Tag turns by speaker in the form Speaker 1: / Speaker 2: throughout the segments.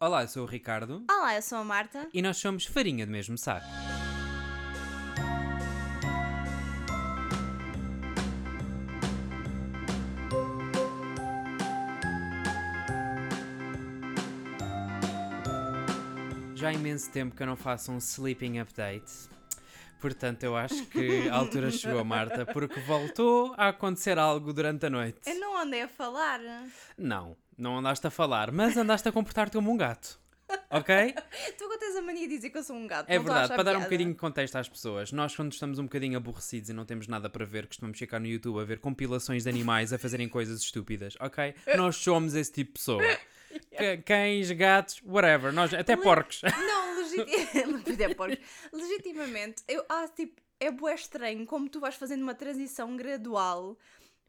Speaker 1: Olá, eu sou o Ricardo
Speaker 2: Olá, eu sou a Marta.
Speaker 1: e nós somos Farinha do Mesmo Saco. Já há imenso tempo que eu não faço um sleeping update. Portanto, eu acho que a altura chegou, Marta, porque voltou a acontecer algo durante a noite.
Speaker 2: Eu não andei a falar.
Speaker 1: Não, não andaste a falar, mas andaste a comportar-te como um gato. Ok?
Speaker 2: Tu agora tens a mania de dizer que eu sou um gato.
Speaker 1: É
Speaker 2: não estou a
Speaker 1: verdade,
Speaker 2: achar
Speaker 1: para dar um
Speaker 2: piada.
Speaker 1: bocadinho de contexto às pessoas, nós quando estamos um bocadinho aborrecidos e não temos nada para ver, costumamos ficar no YouTube a ver compilações de animais a fazerem coisas estúpidas, ok? Nós somos esse tipo de pessoa. C- Cães, gatos, whatever, nós, até
Speaker 2: Le-
Speaker 1: porcos.
Speaker 2: Não, legit... é porco. legitimamente, eu ah, tipo, é bué estranho como tu vais fazendo uma transição gradual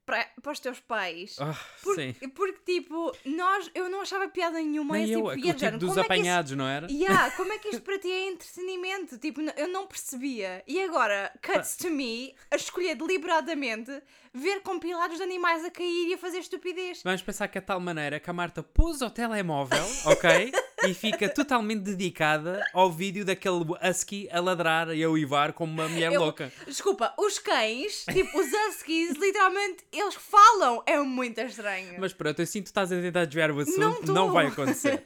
Speaker 2: para, para os teus pais.
Speaker 1: Ah,
Speaker 2: Por-
Speaker 1: sim.
Speaker 2: Porque, tipo, nós, eu não achava piada nenhuma.
Speaker 1: Nem
Speaker 2: e
Speaker 1: eu,
Speaker 2: tipo,
Speaker 1: o
Speaker 2: ia
Speaker 1: tipo
Speaker 2: género,
Speaker 1: dos
Speaker 2: como é que isso-
Speaker 1: apanhados, não era?
Speaker 2: Yeah, como é que isto para ti é entretenimento? Tipo, n- eu não percebia. E agora, cuts to me a escolher deliberadamente ver compilados de animais a cair e a fazer estupidez.
Speaker 1: Vamos pensar que é de tal maneira que a Marta pôs o telemóvel, ok? e fica totalmente dedicada ao vídeo daquele husky a ladrar e a uivar como uma mulher
Speaker 2: Eu-
Speaker 1: louca.
Speaker 2: Desculpa, os cães, tipo, os huskies, literalmente, eles falam. É muito estranho.
Speaker 1: Mas pronto, eu sinto que estás a tentar desviar o assunto,
Speaker 2: Não
Speaker 1: não,
Speaker 2: tô.
Speaker 1: vai acontecer.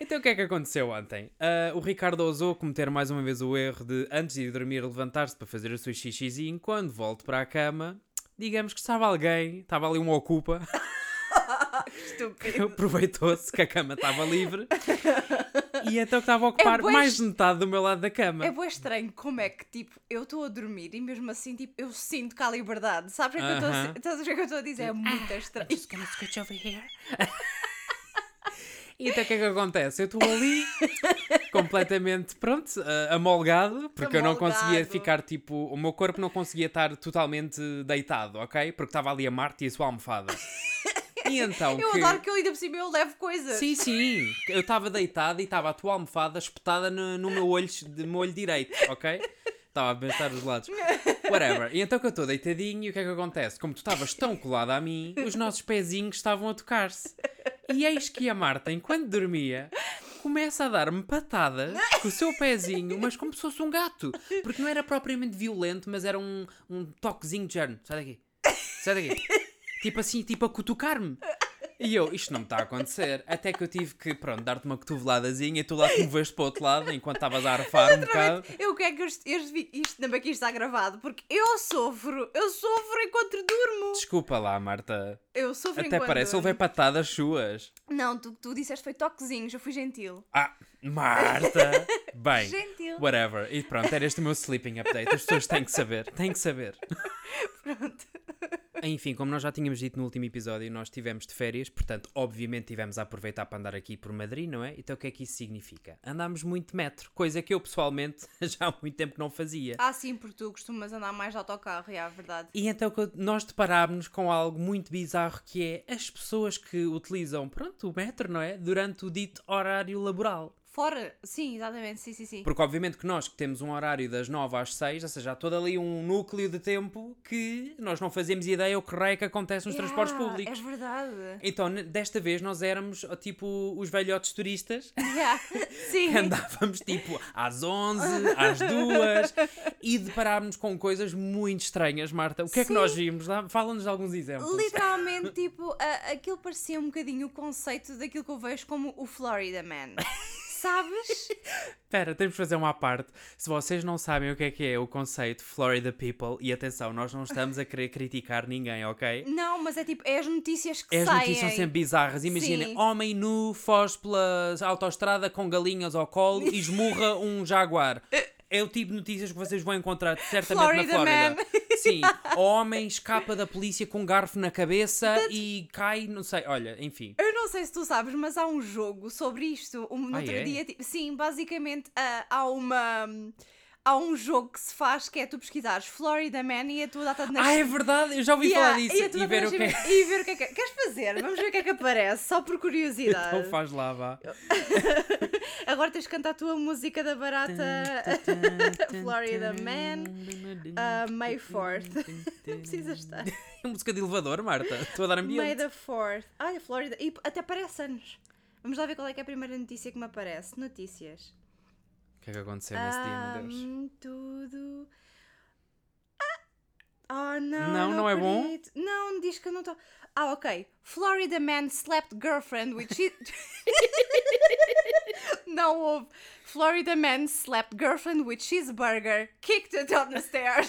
Speaker 1: Então o que é que aconteceu ontem? Ah, o Ricardo ousou cometer mais uma vez o erro de, antes de ir dormir, levantar-se para fazer o seu xixizinho. Quando volto para a cama, digamos que estava alguém, estava ali um ocupa,
Speaker 2: Estúpido.
Speaker 1: aproveitou-se que a cama estava livre e então que estava a ocupar
Speaker 2: É bué
Speaker 1: mais de metade do meu lado da cama.
Speaker 2: É bem estranho como é que, tipo, eu estou a dormir e mesmo assim, tipo, eu sinto que há liberdade. Sabes o que é que eu estou a
Speaker 1: Aham.
Speaker 2: se- estás a ver o que eu estou a dizer? É muito estranho.
Speaker 1: just gonna switch over here. e então o que é que acontece? Eu estou ali completamente, pronto, ah, amolgado, porque eu não conseguia
Speaker 2: Amolgado.
Speaker 1: ficar tipo. O meu corpo não conseguia estar totalmente deitado, ok? Porque estava ali a Marte e a sua almofada. E então.
Speaker 2: Eu
Speaker 1: que...
Speaker 2: adoro que eu ainda por cima eu levo coisas.
Speaker 1: Sim, sim. Eu estava deitada e estava a tua almofada espetada no, no meu, olho, de, meu olho direito, ok? Estava a pensar os lados. Whatever. E então que eu estou deitadinho e o que é que acontece? Como tu estavas tão colada a mim, os nossos pezinhos estavam a tocar-se. E eis que a Marta, enquanto dormia, começa a dar-me patadas com o seu pezinho, mas como se fosse um gato. Porque não era propriamente violento, mas era um, um toquezinho de género. Sai daqui. Sai daqui. Tipo assim, tipo a cutucar-me. E eu, isto não me está a acontecer. Até que eu tive que, pronto, dar-te uma cotoveladazinha e tu lá te moveste para o outro lado enquanto estavas a arfar um bocado.
Speaker 2: Eu o que é que eu, est- eu vi isto, ainda bem que isto está gravado, porque eu sofro, eu sofro enquanto durmo.
Speaker 1: Desculpa lá, Marta.
Speaker 2: Eu sofro
Speaker 1: Até
Speaker 2: enquanto
Speaker 1: parece, ele
Speaker 2: durmo.
Speaker 1: veio patadas suas.
Speaker 2: Não, tu, tu disseste foi toquezinhos, eu fui gentil.
Speaker 1: Ah, Marta! Bem,
Speaker 2: Gentil.
Speaker 1: whatever. E pronto, era este o meu sleeping update. As pessoas têm que saber, têm que saber.
Speaker 2: Pronto.
Speaker 1: Enfim, como nós já tínhamos dito no último episódio, nós tivemos de férias, portanto, obviamente tivemos a aproveitar para andar aqui por Madrid, não é? Então o que é que isso significa? Andámos muito de metro, coisa que eu pessoalmente já há muito tempo não fazia.
Speaker 2: Ah, sim, porque tu costumas andar mais de autocarro, é a verdade.
Speaker 1: E então que eu- nós deparámos com algo muito bizarro que é as pessoas que utilizam, pronto, o metro, não é? Durante o dito horário laboral.
Speaker 2: Fora, sim, exatamente, sim, sim, sim.
Speaker 1: Porque obviamente que nós que temos um horário das 9 às 6, ou seja, há todo ali um núcleo de tempo que nós não fazemos ideia o que raio é que acontece nos transportes
Speaker 2: Yeah,
Speaker 1: públicos.
Speaker 2: É verdade.
Speaker 1: Então, n- desta vez nós éramos ó, tipo os velhotes turistas
Speaker 2: Yeah, Sim.
Speaker 1: que andávamos tipo às 11, às 2 e deparámos com coisas muito estranhas, Marta. O que é que
Speaker 2: Sim.
Speaker 1: nós vimos? Dá- Fala-nos de alguns exemplos.
Speaker 2: Literalmente, tipo, a- aquilo parecia um bocadinho o conceito daquilo que eu vejo como o Florida Man. Sabes?
Speaker 1: Espera, temos de fazer uma à parte. Se vocês não sabem o que é que é o conceito Florida People, e atenção, nós não estamos a querer criticar ninguém, ok?
Speaker 2: Não, mas é tipo, é as notícias que
Speaker 1: É, As
Speaker 2: saem.
Speaker 1: notícias são sempre bizarras. Imaginem,
Speaker 2: Sim.
Speaker 1: homem nu foge pela autoestrada com galinhas ao colo e esmurra um jaguar. É o tipo de notícias que vocês vão encontrar certamente na
Speaker 2: Florida
Speaker 1: Flórida.
Speaker 2: Man.
Speaker 1: Sim, homem escapa da polícia com um garfo na cabeça e cai, não sei, olha, enfim.
Speaker 2: Eu não sei se tu sabes, mas há um jogo sobre isto. Um, no
Speaker 1: Ah,
Speaker 2: outro
Speaker 1: é?
Speaker 2: dia, tipo, sim, basicamente ah, há uma. Há um jogo que se faz que é tu pesquisares Florida Man e a tua data de
Speaker 1: Ah,
Speaker 2: nascimento.
Speaker 1: é verdade, eu já ouvi falar disso.
Speaker 2: e,
Speaker 1: E
Speaker 2: a tua data de
Speaker 1: ver o que é.
Speaker 2: nascimento- e ver o que é que. Queres fazer? Vamos ver o que é que aparece, só por curiosidade.
Speaker 1: Então faz lá, vá.
Speaker 2: Agora tens de cantar a tua música da barata. Florida Man, ah, May 4th. Não precisas estar.
Speaker 1: É música de elevador, Marta. Estou a dar
Speaker 2: May
Speaker 1: ambiente.
Speaker 2: the 4th. Olha, Florida. E até parece anos. Vamos lá ver qual é que é a primeira notícia que me aparece. Notícias.
Speaker 1: O que é que aconteceu nesse dia, meu Deus?
Speaker 2: Ahm, Tudo. Ah! Oh, não.
Speaker 1: Não, não é bom?
Speaker 2: acredito. Não, diz que eu não estou. Ah, ok. Florida man slapped girlfriend with she. não houve. Florida man slapped girlfriend with cheeseburger, kicked it down the stairs.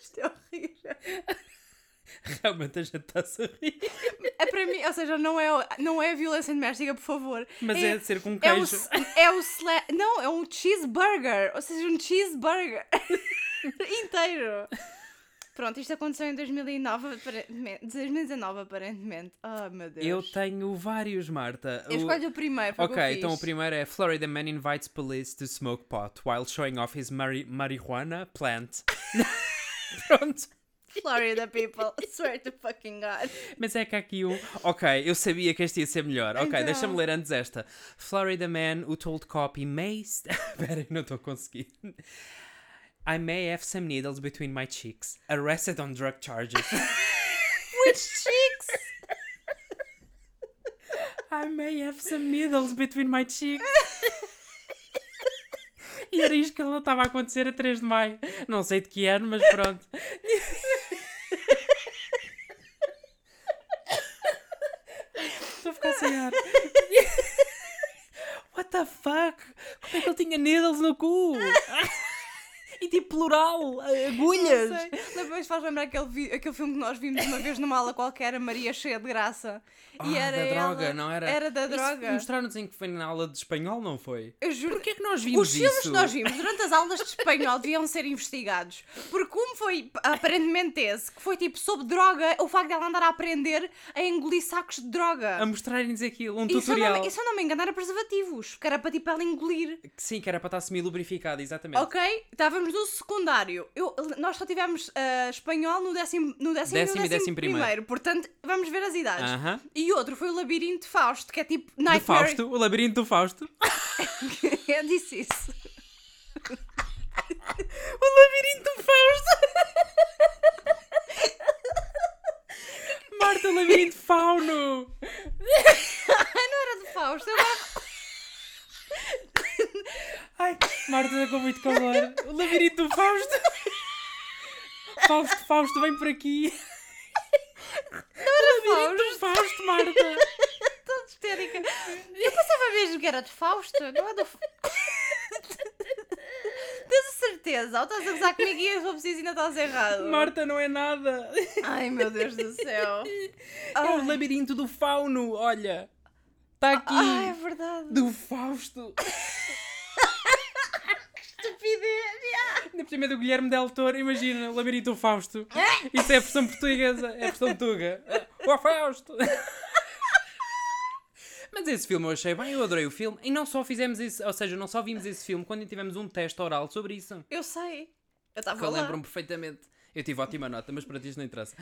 Speaker 2: Isto é horrível.
Speaker 1: Realmente a gente está a sorrir.
Speaker 2: É para mim, ou seja, não é, não é violência doméstica, por favor.
Speaker 1: Mas é, de ser com
Speaker 2: É o,
Speaker 1: queijo.
Speaker 2: é o sla... Não, é um cheeseburger. Ou seja, um cheeseburger inteiro. Pronto, isto aconteceu em 2009, aparentemente. 2019, aparentemente. Oh, meu Deus.
Speaker 1: Eu tenho vários, Marta.
Speaker 2: Eu
Speaker 1: O-
Speaker 2: escolho um o primeiro. foi o que eu
Speaker 1: Ok, então o
Speaker 2: fiz.
Speaker 1: primeiro é Florida man invites police to smoke pot while showing off his mari marijuana plant. Pronto.
Speaker 2: Florida people, swear to fucking God.
Speaker 1: Mas é que há aqui um. Ok, eu sabia que este ia ser melhor. Ok,
Speaker 2: Então.
Speaker 1: deixa-me ler antes esta. Florida man who told cop he may. st- Espera, eu não estou a conseguir. I may have some needles between my cheeks. Arrested on drug charges.
Speaker 2: Which cheeks?
Speaker 1: I may have some needles between my cheeks. E era isto que ela estava a acontecer a 3 de maio. Não sei de que ano, mas pronto. Estou a ficar sem ar. What the fuck? Como é que ele tinha needles no cu? E tipo plural, agulhas.
Speaker 2: Não sei. Depois faz lembrar aquele, vi- aquele filme que nós vimos uma vez numa aula qualquer, a Maria cheia de graça.
Speaker 1: Ah, da droga,
Speaker 2: ela-
Speaker 1: não era?
Speaker 2: Era da
Speaker 1: Isso
Speaker 2: droga.
Speaker 1: Mostraram-nos em que foi na aula de espanhol, não foi?
Speaker 2: Eu juro.
Speaker 1: Porquê é que nós vimos
Speaker 2: Os
Speaker 1: isso?
Speaker 2: filmes que nós vimos durante as aulas de espanhol deviam ser investigados. Porque um foi aparentemente esse, que foi tipo sobre droga, o facto de ela andar a aprender a engolir sacos de droga.
Speaker 1: a mostrarem-nos aquilo, um
Speaker 2: E se eu não
Speaker 1: tutorial.
Speaker 2: me- e se eu não me engano, era preservativos, que era para tipo ela engolir.
Speaker 1: Que Sim, que era para estar semi-lubrificado, exatamente.
Speaker 2: Ok? Estávamos no secundário. Eu- nós só tivemos ah, espanhol no décimo, no décimo, e no
Speaker 1: Décimo e
Speaker 2: décimo
Speaker 1: décimo primeiro.
Speaker 2: Portanto, vamos ver as idades.
Speaker 1: Aham.
Speaker 2: E outro foi o Labirinto de Fausto, que é tipo
Speaker 1: Do
Speaker 2: Nightmare.
Speaker 1: Fausto, o labirinto do Fausto.
Speaker 2: Eu disse isso.
Speaker 1: O labirinto do Fausto! Marta, o labirinto fauno!
Speaker 2: Era de Fausto, agora
Speaker 1: Ai, Marta, está com muito calor. O labirinto do Fausto! Fausto, Fausto, vem por aqui!
Speaker 2: era de
Speaker 1: O labirinto do Fausto, Marta!
Speaker 2: Estou histérica. Eu pensava mesmo que era de Fausto, não é do. Fa- Tens a certeza? Ou estás a gozar comigo e eu sou preciso e ainda estás errado?
Speaker 1: Marta, não é nada!
Speaker 2: Ai meu Deus do céu.
Speaker 1: É o
Speaker 2: Ai,
Speaker 1: labirinto do fauno, olha! Está aqui!
Speaker 2: ai, é verdade.
Speaker 1: Do Fausto!
Speaker 2: Estupidez.
Speaker 1: Ainda por cima é do Guilherme Del Toro, imagina, Labirinto do Fausto. Isso é a versão portuguesa, é a versão tuga. O Fausto! Mas esse filme eu achei bem, eu adorei o filme. E não só fizemos isso, ou seja, não só vimos esse filme quando tivemos um teste oral sobre isso.
Speaker 2: Eu sei. Eu
Speaker 1: Que
Speaker 2: estava
Speaker 1: eu
Speaker 2: lá.
Speaker 1: lembro-me perfeitamente. Eu tive ótima nota, mas para ti isto não interessa.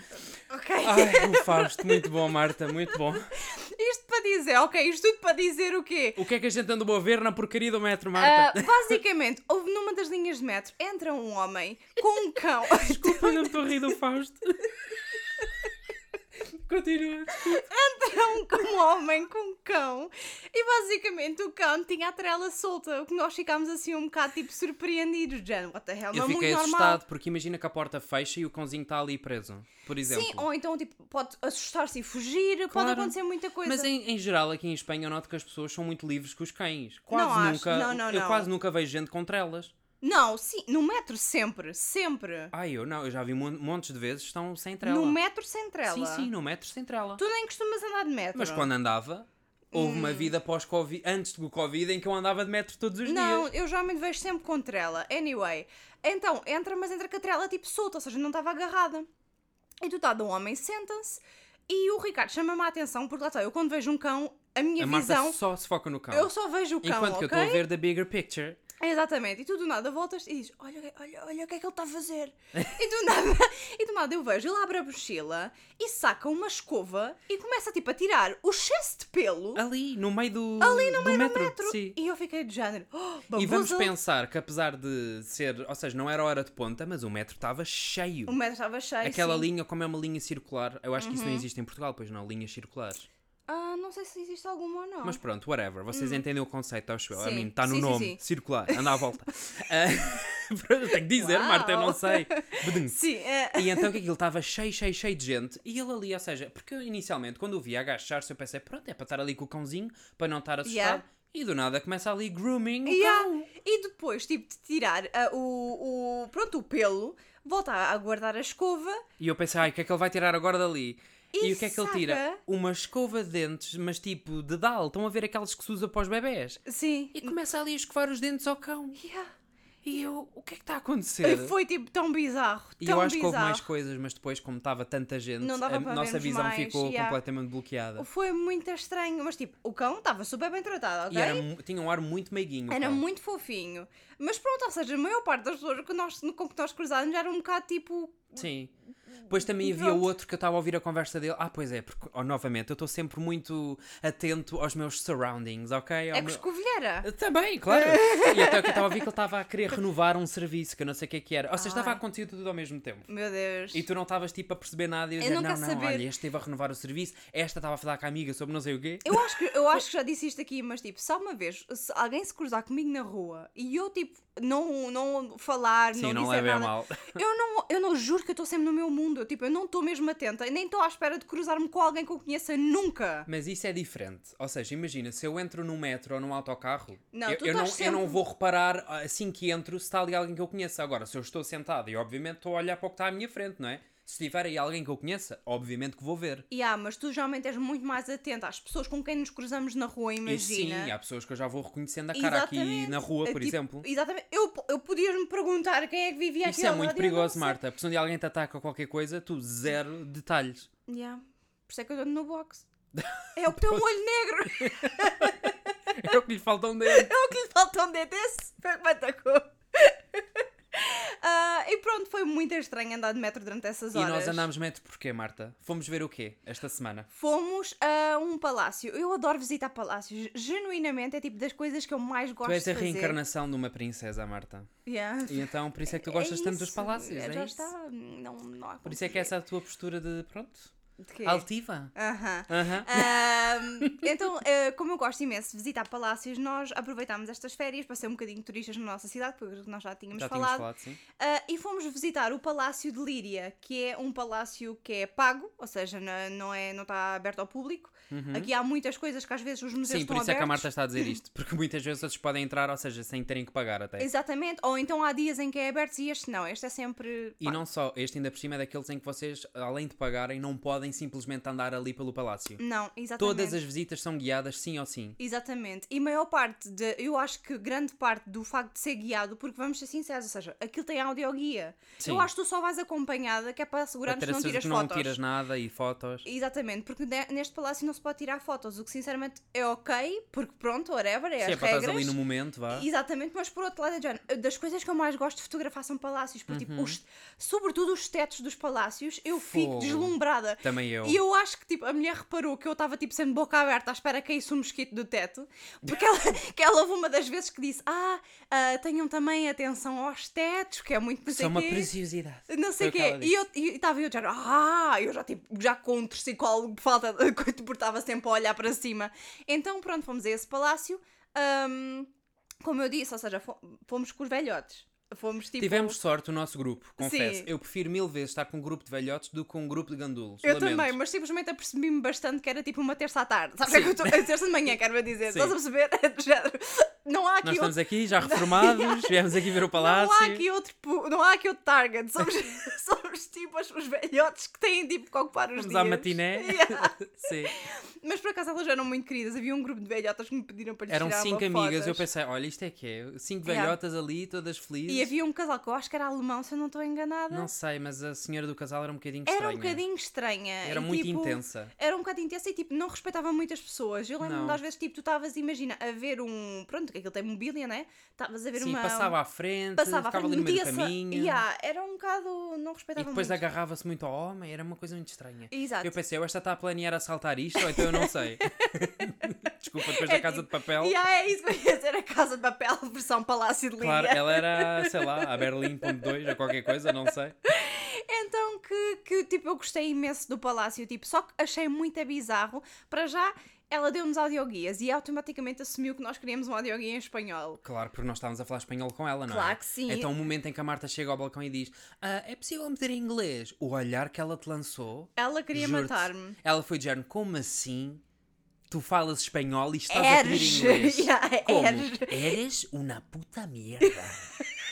Speaker 2: Ok.
Speaker 1: Ai, o Fausto, muito bom, Marta, muito bom.
Speaker 2: Isto para dizer, ok, isto tudo para dizer o quê?
Speaker 1: O que é que a gente andou a ver na porcaria do metro,
Speaker 2: Ah,
Speaker 1: Marta?
Speaker 2: basicamente, houve numa das linhas de metro, entra um homem com um cão.
Speaker 1: Desculpa, não estou a rir do Fausto. Continua.
Speaker 2: entra um, cão- um homem com um cão e basicamente o cão tinha a trela solta, o que nós ficámos assim um bocado tipo surpreendidos, Jan, what the hell,
Speaker 1: Eu
Speaker 2: não é muito
Speaker 1: fiquei
Speaker 2: normal.
Speaker 1: assustado porque imagina que a porta fecha e o cãozinho está ali preso, por exemplo.
Speaker 2: Sim, ou então tipo, pode assustar-se e fugir, pode
Speaker 1: Claro.
Speaker 2: acontecer muita coisa.
Speaker 1: Mas em, em geral aqui em Espanha eu noto que as pessoas são muito livres com os cães. Quase
Speaker 2: acho.
Speaker 1: nunca,
Speaker 2: Não, não,
Speaker 1: eu
Speaker 2: não.
Speaker 1: quase nunca vejo gente contra elas.
Speaker 2: Não, sim, no metro sempre, sempre.
Speaker 1: Ai, eu não, eu já vi mon- montes de vezes que estão sem trela.
Speaker 2: No metro sem trela.
Speaker 1: Sim, sim, no metro sem trela.
Speaker 2: Tu nem costumas andar de metro.
Speaker 1: Mas quando andava, houve
Speaker 2: Hum.
Speaker 1: uma vida pós-Covid, antes do Covid, em que eu andava de metro todos os
Speaker 2: Não,
Speaker 1: dias.
Speaker 2: eu geralmente vejo sempre com trela. Anyway, então entra, mas entra com a trela tipo solta, ou seja, não estava agarrada. E tu está de um homem, senta-se. E o Ricardo chama-me a atenção, porque lá está, eu quando vejo um cão, a minha
Speaker 1: A Marta
Speaker 2: visão,
Speaker 1: só se foca no cão.
Speaker 2: eu só vejo o cão,
Speaker 1: Enquanto que eu
Speaker 2: ok?
Speaker 1: estou a ver the bigger picture.
Speaker 2: Exatamente, e tu do nada voltas e dizes: Olha, o que- olha, olha o que é que ele está a fazer. e, do nada, e do nada eu vejo, ele abre a mochila e saca uma escova e começa tipo a tirar o excesso de pelo
Speaker 1: Ali, no meio do, ali no meio metro.
Speaker 2: do metro.
Speaker 1: Ah, Sim.
Speaker 2: E eu fiquei de género: oh,
Speaker 1: E vamos
Speaker 2: babosa."
Speaker 1: pensar que apesar de ser, ou seja, não era hora de ponta, mas o metro estava cheio.
Speaker 2: O metro estava cheio.
Speaker 1: Aquela
Speaker 2: sim. Uhum.
Speaker 1: linha, como é uma linha circular, eu acho que isso não existe em Portugal, pois não, linhas circulares.
Speaker 2: Ah, não sei se existe alguma ou não.
Speaker 1: Mas pronto, whatever. Vocês entendem o conceito, acho eu. A
Speaker 2: Hum. Sim.
Speaker 1: mim, está no
Speaker 2: Sim, sim,
Speaker 1: nome.
Speaker 2: sim.
Speaker 1: Circular, anda à volta. Ah, eu tenho que dizer,
Speaker 2: Uau.
Speaker 1: Marta, eu não sei. Bedum.
Speaker 2: Sim, é-
Speaker 1: E então o que é que ele estava cheio, cheio, cheio de gente. E ele ali, ou seja, porque eu inicialmente, quando o vi agachar-se, eu pensei, pronto, é para estar ali com o cãozinho, para não estar assustado.
Speaker 2: Yeah.
Speaker 1: E do nada começa ali grooming o
Speaker 2: Yeah.
Speaker 1: cão.
Speaker 2: E depois, tipo, de tirar ah, o, o- Pronto, o pelo, volta a guardar a escova.
Speaker 1: E eu pensei, ai, o que é que ele vai tirar agora dali? E,
Speaker 2: E
Speaker 1: o que é que ele
Speaker 2: saca-
Speaker 1: tira? Uma escova de dentes, mas tipo de dal. Estão a ver aquelas que se usa para os bebés?
Speaker 2: Sim.
Speaker 1: E começa ali a escovar os dentes ao cão.
Speaker 2: Yeah.
Speaker 1: E eu, o que é que está a acontecer?
Speaker 2: E foi, tipo, tão bizarro.
Speaker 1: E
Speaker 2: tão
Speaker 1: eu acho que
Speaker 2: bizarro.
Speaker 1: houve mais coisas, mas depois, como estava tanta gente,
Speaker 2: Não dava
Speaker 1: a
Speaker 2: para
Speaker 1: nossa
Speaker 2: vermos
Speaker 1: visão
Speaker 2: mais,
Speaker 1: ficou
Speaker 2: yeah.
Speaker 1: completamente bloqueada.
Speaker 2: Foi muito estranho, mas tipo, o cão estava super bem tratado,
Speaker 1: E
Speaker 2: ok?
Speaker 1: era, mu- tinha um ar muito meiguinho.
Speaker 2: Era
Speaker 1: pá.
Speaker 2: muito fofinho. Mas pronto, ou seja, a maior parte das pessoas que nós, com que nós cruzávamos era um bocado tipo.
Speaker 1: Sim. Depois também havia
Speaker 2: Pronto.
Speaker 1: outro que eu estava a ouvir a conversa dele. Ah, pois é, porque oh, novamente eu estou sempre muito atento aos meus surroundings, ok? Ao
Speaker 2: é que
Speaker 1: meu-
Speaker 2: escovilheira.
Speaker 1: Também, claro.
Speaker 2: É.
Speaker 1: e até o que eu estava a ouvir que ele estava a querer renovar um serviço que eu não sei o que é que era. Ou seja, estava a
Speaker 2: Ai.
Speaker 1: acontecer tudo ao mesmo tempo.
Speaker 2: Meu Deus.
Speaker 1: E tu não estavas tipo a perceber nada e a
Speaker 2: Eu
Speaker 1: dizer,
Speaker 2: não
Speaker 1: não, não,
Speaker 2: quero saber."
Speaker 1: olha, este esteve a renovar o serviço, esta estava a falar com a amiga sobre não sei o quê.
Speaker 2: Eu acho, que, eu acho que já disse isto aqui, mas tipo, se alguma vez se alguém se cruzar comigo na rua e eu tipo não, não falar,
Speaker 1: Sim,
Speaker 2: não,
Speaker 1: não
Speaker 2: dizer
Speaker 1: levei a
Speaker 2: nada,
Speaker 1: mal.
Speaker 2: eu não, eu não juro que eu estou sempre no meu mundo, eu, tipo, eu não estou mesmo atenta, nem estou à espera de cruzar-me com alguém que eu conheça nunca.
Speaker 1: Mas isso é diferente. Ou seja, imagina, se eu entro num metro ou num autocarro,
Speaker 2: Não,
Speaker 1: eu,
Speaker 2: tu
Speaker 1: eu não,
Speaker 2: estás
Speaker 1: eu não
Speaker 2: sempre-
Speaker 1: vou reparar ah, assim que entro se está ali alguém que eu conheça. Agora, se eu estou sentado e obviamente estou a olhar para o que está à minha frente, não é? Se tiver aí alguém que eu conheça, obviamente que vou ver.
Speaker 2: E ah, mas tu geralmente és muito mais atenta às pessoas com quem nos cruzamos na rua, imagina.
Speaker 1: E sim, há pessoas que eu já vou reconhecendo a cara aqui
Speaker 2: Exatamente.
Speaker 1: na rua,
Speaker 2: É,
Speaker 1: por
Speaker 2: tipo,
Speaker 1: exemplo.
Speaker 2: Exatamente. Eu, eu podias-me perguntar quem é que vivia aqui
Speaker 1: Isso é
Speaker 2: ao
Speaker 1: muito
Speaker 2: lado e eu não
Speaker 1: perigoso,
Speaker 2: sei.
Speaker 1: Marta, porque se um dia alguém te ataca ou qualquer coisa, tu zero detalhes.
Speaker 2: Yeah. Por isso é que eu ando no box. É o que tem um olho negro.
Speaker 1: É o que lhe falta um dedo.
Speaker 2: É o que lhe falta um dedo esse. Foi o que me atacou. Ah, e pronto, foi muito estranho andar de metro durante essas
Speaker 1: E
Speaker 2: horas.
Speaker 1: nós andámos metro porquê, Marta? Fomos ver o quê esta semana?
Speaker 2: Fomos a um palácio. Eu adoro visitar palácios. Genuinamente é tipo das coisas que eu mais gosto
Speaker 1: Tu és
Speaker 2: de
Speaker 1: a
Speaker 2: fazer.
Speaker 1: reencarnação de uma princesa, Marta.
Speaker 2: Yeah.
Speaker 1: E então, por isso é que tu gostas
Speaker 2: É
Speaker 1: tanto dos
Speaker 2: isso,
Speaker 1: palácios, é
Speaker 2: Já
Speaker 1: isso?
Speaker 2: está. Não, não há
Speaker 1: Por isso é que essa é a tua postura de, pronto,
Speaker 2: De quê?
Speaker 1: altiva.
Speaker 2: Aham.
Speaker 1: Aham.
Speaker 2: Ahm, então, eh, como eu gosto imenso de visitar palácios, nós aproveitámos estas férias para ser um bocadinho turistas na nossa cidade, porque é nós já tínhamos
Speaker 1: Já tínhamos
Speaker 2: falado,
Speaker 1: falado, sim.
Speaker 2: Ah, e fomos visitar o Palácio de Líria, que é um palácio que é pago, ou seja, na- não, é, não está aberto ao público. Aqui há muitas coisas que às vezes os museus
Speaker 1: Uhum. Sim,
Speaker 2: estão
Speaker 1: por isso é que a
Speaker 2: abertos.
Speaker 1: Marta está a dizer isto, porque muitas vezes vocês podem entrar, ou seja, sem terem que pagar até.
Speaker 2: Exatamente, ou então há dias em que é aberto e este não, este é sempre.
Speaker 1: E não só, este ainda por cima é daqueles em que vocês, além de pagarem, não podem simplesmente andar ali pelo palácio.
Speaker 2: Não, exatamente.
Speaker 1: Todas as visitas são guiadas sim ou sim.
Speaker 2: Exatamente. E maior parte de. Eu acho que grande parte do facto de ser guiado, porque vamos ser sinceros, ou seja, aquilo tem audioguia.
Speaker 1: Sim.
Speaker 2: Eu acho que tu só vais acompanhada, que é para
Speaker 1: Para
Speaker 2: assegurar-nos
Speaker 1: ter
Speaker 2: que
Speaker 1: a
Speaker 2: não
Speaker 1: certeza
Speaker 2: tiras
Speaker 1: que não é?
Speaker 2: fotos.
Speaker 1: tiras nada e fotos.
Speaker 2: Exatamente, porque ne- neste palácio não se pode tirar fotos, o que sinceramente é ok, porque pronto, whatever, é
Speaker 1: Se é
Speaker 2: as
Speaker 1: para
Speaker 2: regras.
Speaker 1: estás ali no é? momento, vá.
Speaker 2: Exatamente, mas por outro lado, John, das coisas que eu mais gosto de fotografar são palácios, porque tipo, os- sobretudo os tetos dos palácios, eu
Speaker 1: Uhum. Fogo.
Speaker 2: fico deslumbrada.
Speaker 1: Também eu.
Speaker 2: E eu acho que tipo, a mulher reparou que eu estava tipo sempre boca aberta à espera que caísse um mosquito do teto, porque ela, que ela houve uma das vezes que disse: Ah, ah, tenham também atenção aos tetos, que é muito não sei
Speaker 1: São uma
Speaker 2: quê." Tipo,
Speaker 1: preciosidade.
Speaker 2: Não
Speaker 1: Foi
Speaker 2: sei o
Speaker 1: o que
Speaker 2: quê.
Speaker 1: ela
Speaker 2: E eu estava eu, de género, ah, eu já tipo, já com um torcicolo, falta, de- porque estava sempre a olhar para cima. Então, pronto, fomos a esse palácio. ahm, como eu disse, ou seja, fo- fomos com os velhotes. Fomos tipo.
Speaker 1: Tivemos sorte o nosso grupo, confesso.
Speaker 2: Sim.
Speaker 1: Eu prefiro mil vezes estar com um grupo de velhotes do que com um grupo de gandulos.
Speaker 2: Eu
Speaker 1: Lamento.
Speaker 2: também, mas simplesmente apercebi-me bastante que era tipo uma terça à tarde. Sabes o que é que eu estou. É terça de manhã, quero dizer.
Speaker 1: Sim.
Speaker 2: Estás a perceber? É Do género, Não há aqui
Speaker 1: Nós
Speaker 2: outro.
Speaker 1: estamos aqui já reformados, viemos aqui ver o
Speaker 2: Não
Speaker 1: palácio.
Speaker 2: há, aqui outro, pu- não há aqui outro target, somos, somos tipo os os velhotes que têm tipo que ocupar os
Speaker 1: Vamos
Speaker 2: dias.
Speaker 1: à matiné.
Speaker 2: Yeah.
Speaker 1: Sim.
Speaker 2: Mas por acaso elas eram muito queridas. Havia um grupo de velhotas que me pediram para lhes
Speaker 1: Eram
Speaker 2: tirar
Speaker 1: cinco
Speaker 2: uma
Speaker 1: amigas, eu
Speaker 2: fotos.
Speaker 1: pensei, olha, isto é que é. Cinco
Speaker 2: Yeah.
Speaker 1: velhotas ali, todas felizes.
Speaker 2: E havia um casal que eu acho que era alemão, se eu não estou enganada.
Speaker 1: Não sei, mas a senhora do casal era um bocadinho
Speaker 2: era
Speaker 1: estranha.
Speaker 2: um bocadinho estranha.
Speaker 1: Era
Speaker 2: e,
Speaker 1: muito
Speaker 2: tipo,
Speaker 1: intensa.
Speaker 2: Era um bocado intensa e tipo, não respeitava muitas pessoas. Eu lembro-me
Speaker 1: Não.
Speaker 2: de às vezes, tipo, tu estavas, imagina, a ver um. Pronto, que aquilo tem mobília, né? Estavas a ver
Speaker 1: Sim,
Speaker 2: uma. um,
Speaker 1: passava à frente,
Speaker 2: Passava à
Speaker 1: ficava
Speaker 2: frente,
Speaker 1: ali no meio do
Speaker 2: metia-se-
Speaker 1: caminho.
Speaker 2: Yeah, era um bocado. Não
Speaker 1: E
Speaker 2: respeitava
Speaker 1: depois
Speaker 2: muito.
Speaker 1: agarrava-se muito ao homem, era uma coisa muito estranha.
Speaker 2: Exato.
Speaker 1: Eu pensei, ou esta está a planear assaltar isto, ou então eu não sei. Desculpa, depois da
Speaker 2: É
Speaker 1: casa
Speaker 2: tipo,
Speaker 1: de papel.
Speaker 2: Yeah, é isso que eu ia dizer, a casa de papel, versão Palácio de Líria.
Speaker 1: Claro, ela era, sei lá, a Berlim.2 ou qualquer coisa, não sei.
Speaker 2: Então que, que tipo, eu gostei imenso do palácio, tipo, só que achei muito bizarro. Para já, ela deu-nos audioguias e automaticamente assumiu que nós queríamos um audioguia em espanhol.
Speaker 1: Claro, porque nós estávamos a falar espanhol com ela, não é?
Speaker 2: Claro que sim.
Speaker 1: Então, o momento em que a Marta chega ao balcão e diz: "Ah, É possível meter em inglês? O olhar que ela te lançou.
Speaker 2: Ela queria
Speaker 1: juro-te,
Speaker 2: matar-me.
Speaker 1: Ela foi de género: Como assim? Tu falas espanhol e estás a
Speaker 2: Eres.
Speaker 1: pedir inglês.
Speaker 2: Yeah, é
Speaker 1: Como?
Speaker 2: eres.
Speaker 1: Eres uma puta merda.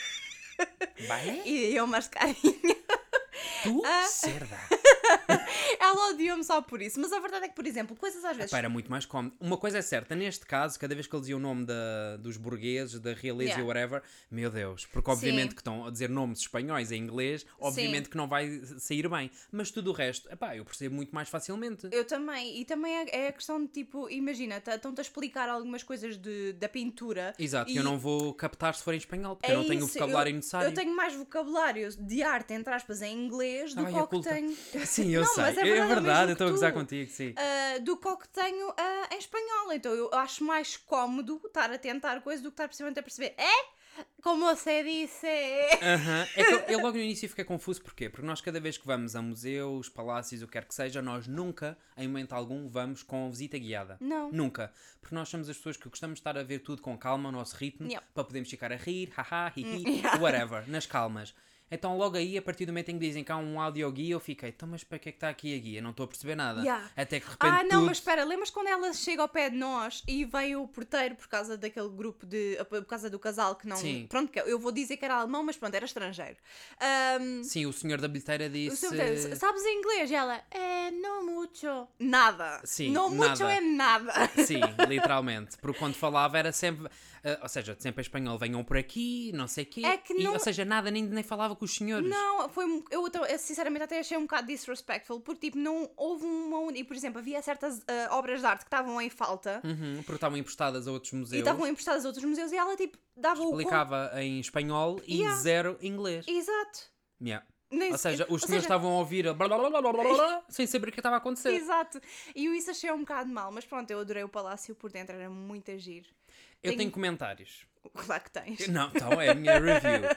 Speaker 1: vale?
Speaker 2: E eu mascarinha.
Speaker 1: Tu,
Speaker 2: Ah,
Speaker 1: cerda.
Speaker 2: Ela odiou-me só por isso. Mas a verdade é que, por exemplo, coisas às vezes.
Speaker 1: Pá, era muito mais cómodo. Uma coisa é certa, neste caso, cada vez que ele dizia o nome da, dos burgueses, da realeza
Speaker 2: Yeah.
Speaker 1: e whatever, meu Deus, porque obviamente que estão a dizer nomes espanhóis em inglês, obviamente que não vai sair bem. Mas tudo o resto, epá, eu percebo muito mais facilmente.
Speaker 2: Eu também, e também é- é a questão de tipo, imagina, tá- estão-te a explicar algumas coisas de, da pintura.
Speaker 1: Exato,
Speaker 2: e
Speaker 1: eu não vou captar se for em espanhol, porque
Speaker 2: é
Speaker 1: eu não tenho o
Speaker 2: isso,
Speaker 1: vocabulário
Speaker 2: eu,
Speaker 1: necessário.
Speaker 2: Eu tenho mais vocabulário de arte, entre aspas, em inglês do
Speaker 1: Ai,
Speaker 2: que
Speaker 1: a
Speaker 2: o que
Speaker 1: culta.
Speaker 2: tenho.
Speaker 1: Sim, eu
Speaker 2: Não,
Speaker 1: sei.
Speaker 2: mas é
Speaker 1: é
Speaker 2: verdade, é o
Speaker 1: verdade,
Speaker 2: mesmo que
Speaker 1: eu estou a gozar
Speaker 2: tu.
Speaker 1: contigo, sim.
Speaker 2: ah, do que o que tenho ah, em espanhol. Então eu acho mais cómodo estar a tentar coisas do que estar precisamente a perceber. É? Como você disse.
Speaker 1: Aham. É que eu, eu logo no início fiquei confuso, porquê? Porque nós cada vez que vamos a museus, palácios, o que quer que seja, nós nunca, em momento algum, vamos com visita guiada.
Speaker 2: Não.
Speaker 1: Nunca. Porque nós somos as pessoas que gostamos de estar a ver tudo com calma, o nosso ritmo,
Speaker 2: Yeah.
Speaker 1: para podermos ficar a rir, haha, hihi,
Speaker 2: yeah.
Speaker 1: whatever, nas calmas. Então logo aí, a partir do momento em que dizem que há um audioguia, eu fiquei, então mas para que é que está aqui a guia? Não estou a perceber nada.
Speaker 2: Yeah.
Speaker 1: Até que de repente
Speaker 2: Ah, não,
Speaker 1: tudo...
Speaker 2: mas espera, lembras quando ela chega ao pé de nós e veio o porteiro por causa daquele grupo de. por causa do casal que não.
Speaker 1: Sim.
Speaker 2: Pronto, que eu vou dizer que era alemão, mas pronto, era estrangeiro. Ahm,
Speaker 1: Sim, o senhor da bilheteira
Speaker 2: o
Speaker 1: disse...
Speaker 2: seu porteiro, sabes inglês? E ela, é, não muito. Nada.
Speaker 1: Sim,
Speaker 2: Não muito
Speaker 1: nada.
Speaker 2: é nada.
Speaker 1: Sim, literalmente. Porque quando falava era sempre. eh, ou seja, sempre em espanhol, venham por aqui, não sei o quê.
Speaker 2: É que
Speaker 1: E,
Speaker 2: não-
Speaker 1: ou seja, nada, nem, nem falava com os senhores.
Speaker 2: Não, foi um- eu, até- eu sinceramente até achei um bocado disrespectful, porque tipo, não houve uma única. E por exemplo, havia certas ah, obras de arte que estavam em falta
Speaker 1: Uhum, porque estavam emprestadas a outros
Speaker 2: e
Speaker 1: museus.
Speaker 2: estavam emprestadas a outros museus e ela tipo dava o. con-
Speaker 1: Explicava em espanhol e
Speaker 2: Yeah.
Speaker 1: zero inglês.
Speaker 2: Exato.
Speaker 1: Yeah.
Speaker 2: Nem
Speaker 1: Ou
Speaker 2: sequer-
Speaker 1: seja, os
Speaker 2: ou
Speaker 1: senhores estavam a ouvir a blá, blá, blá, blá, blá, blá, blá, sem saber o que estava a acontecer.
Speaker 2: Exato. E eu isso achei um bocado mal, mas pronto, eu adorei o palácio por dentro, era muito agir.
Speaker 1: Eu tenho comentários.
Speaker 2: Claro que tens.
Speaker 1: Não, então é a minha review.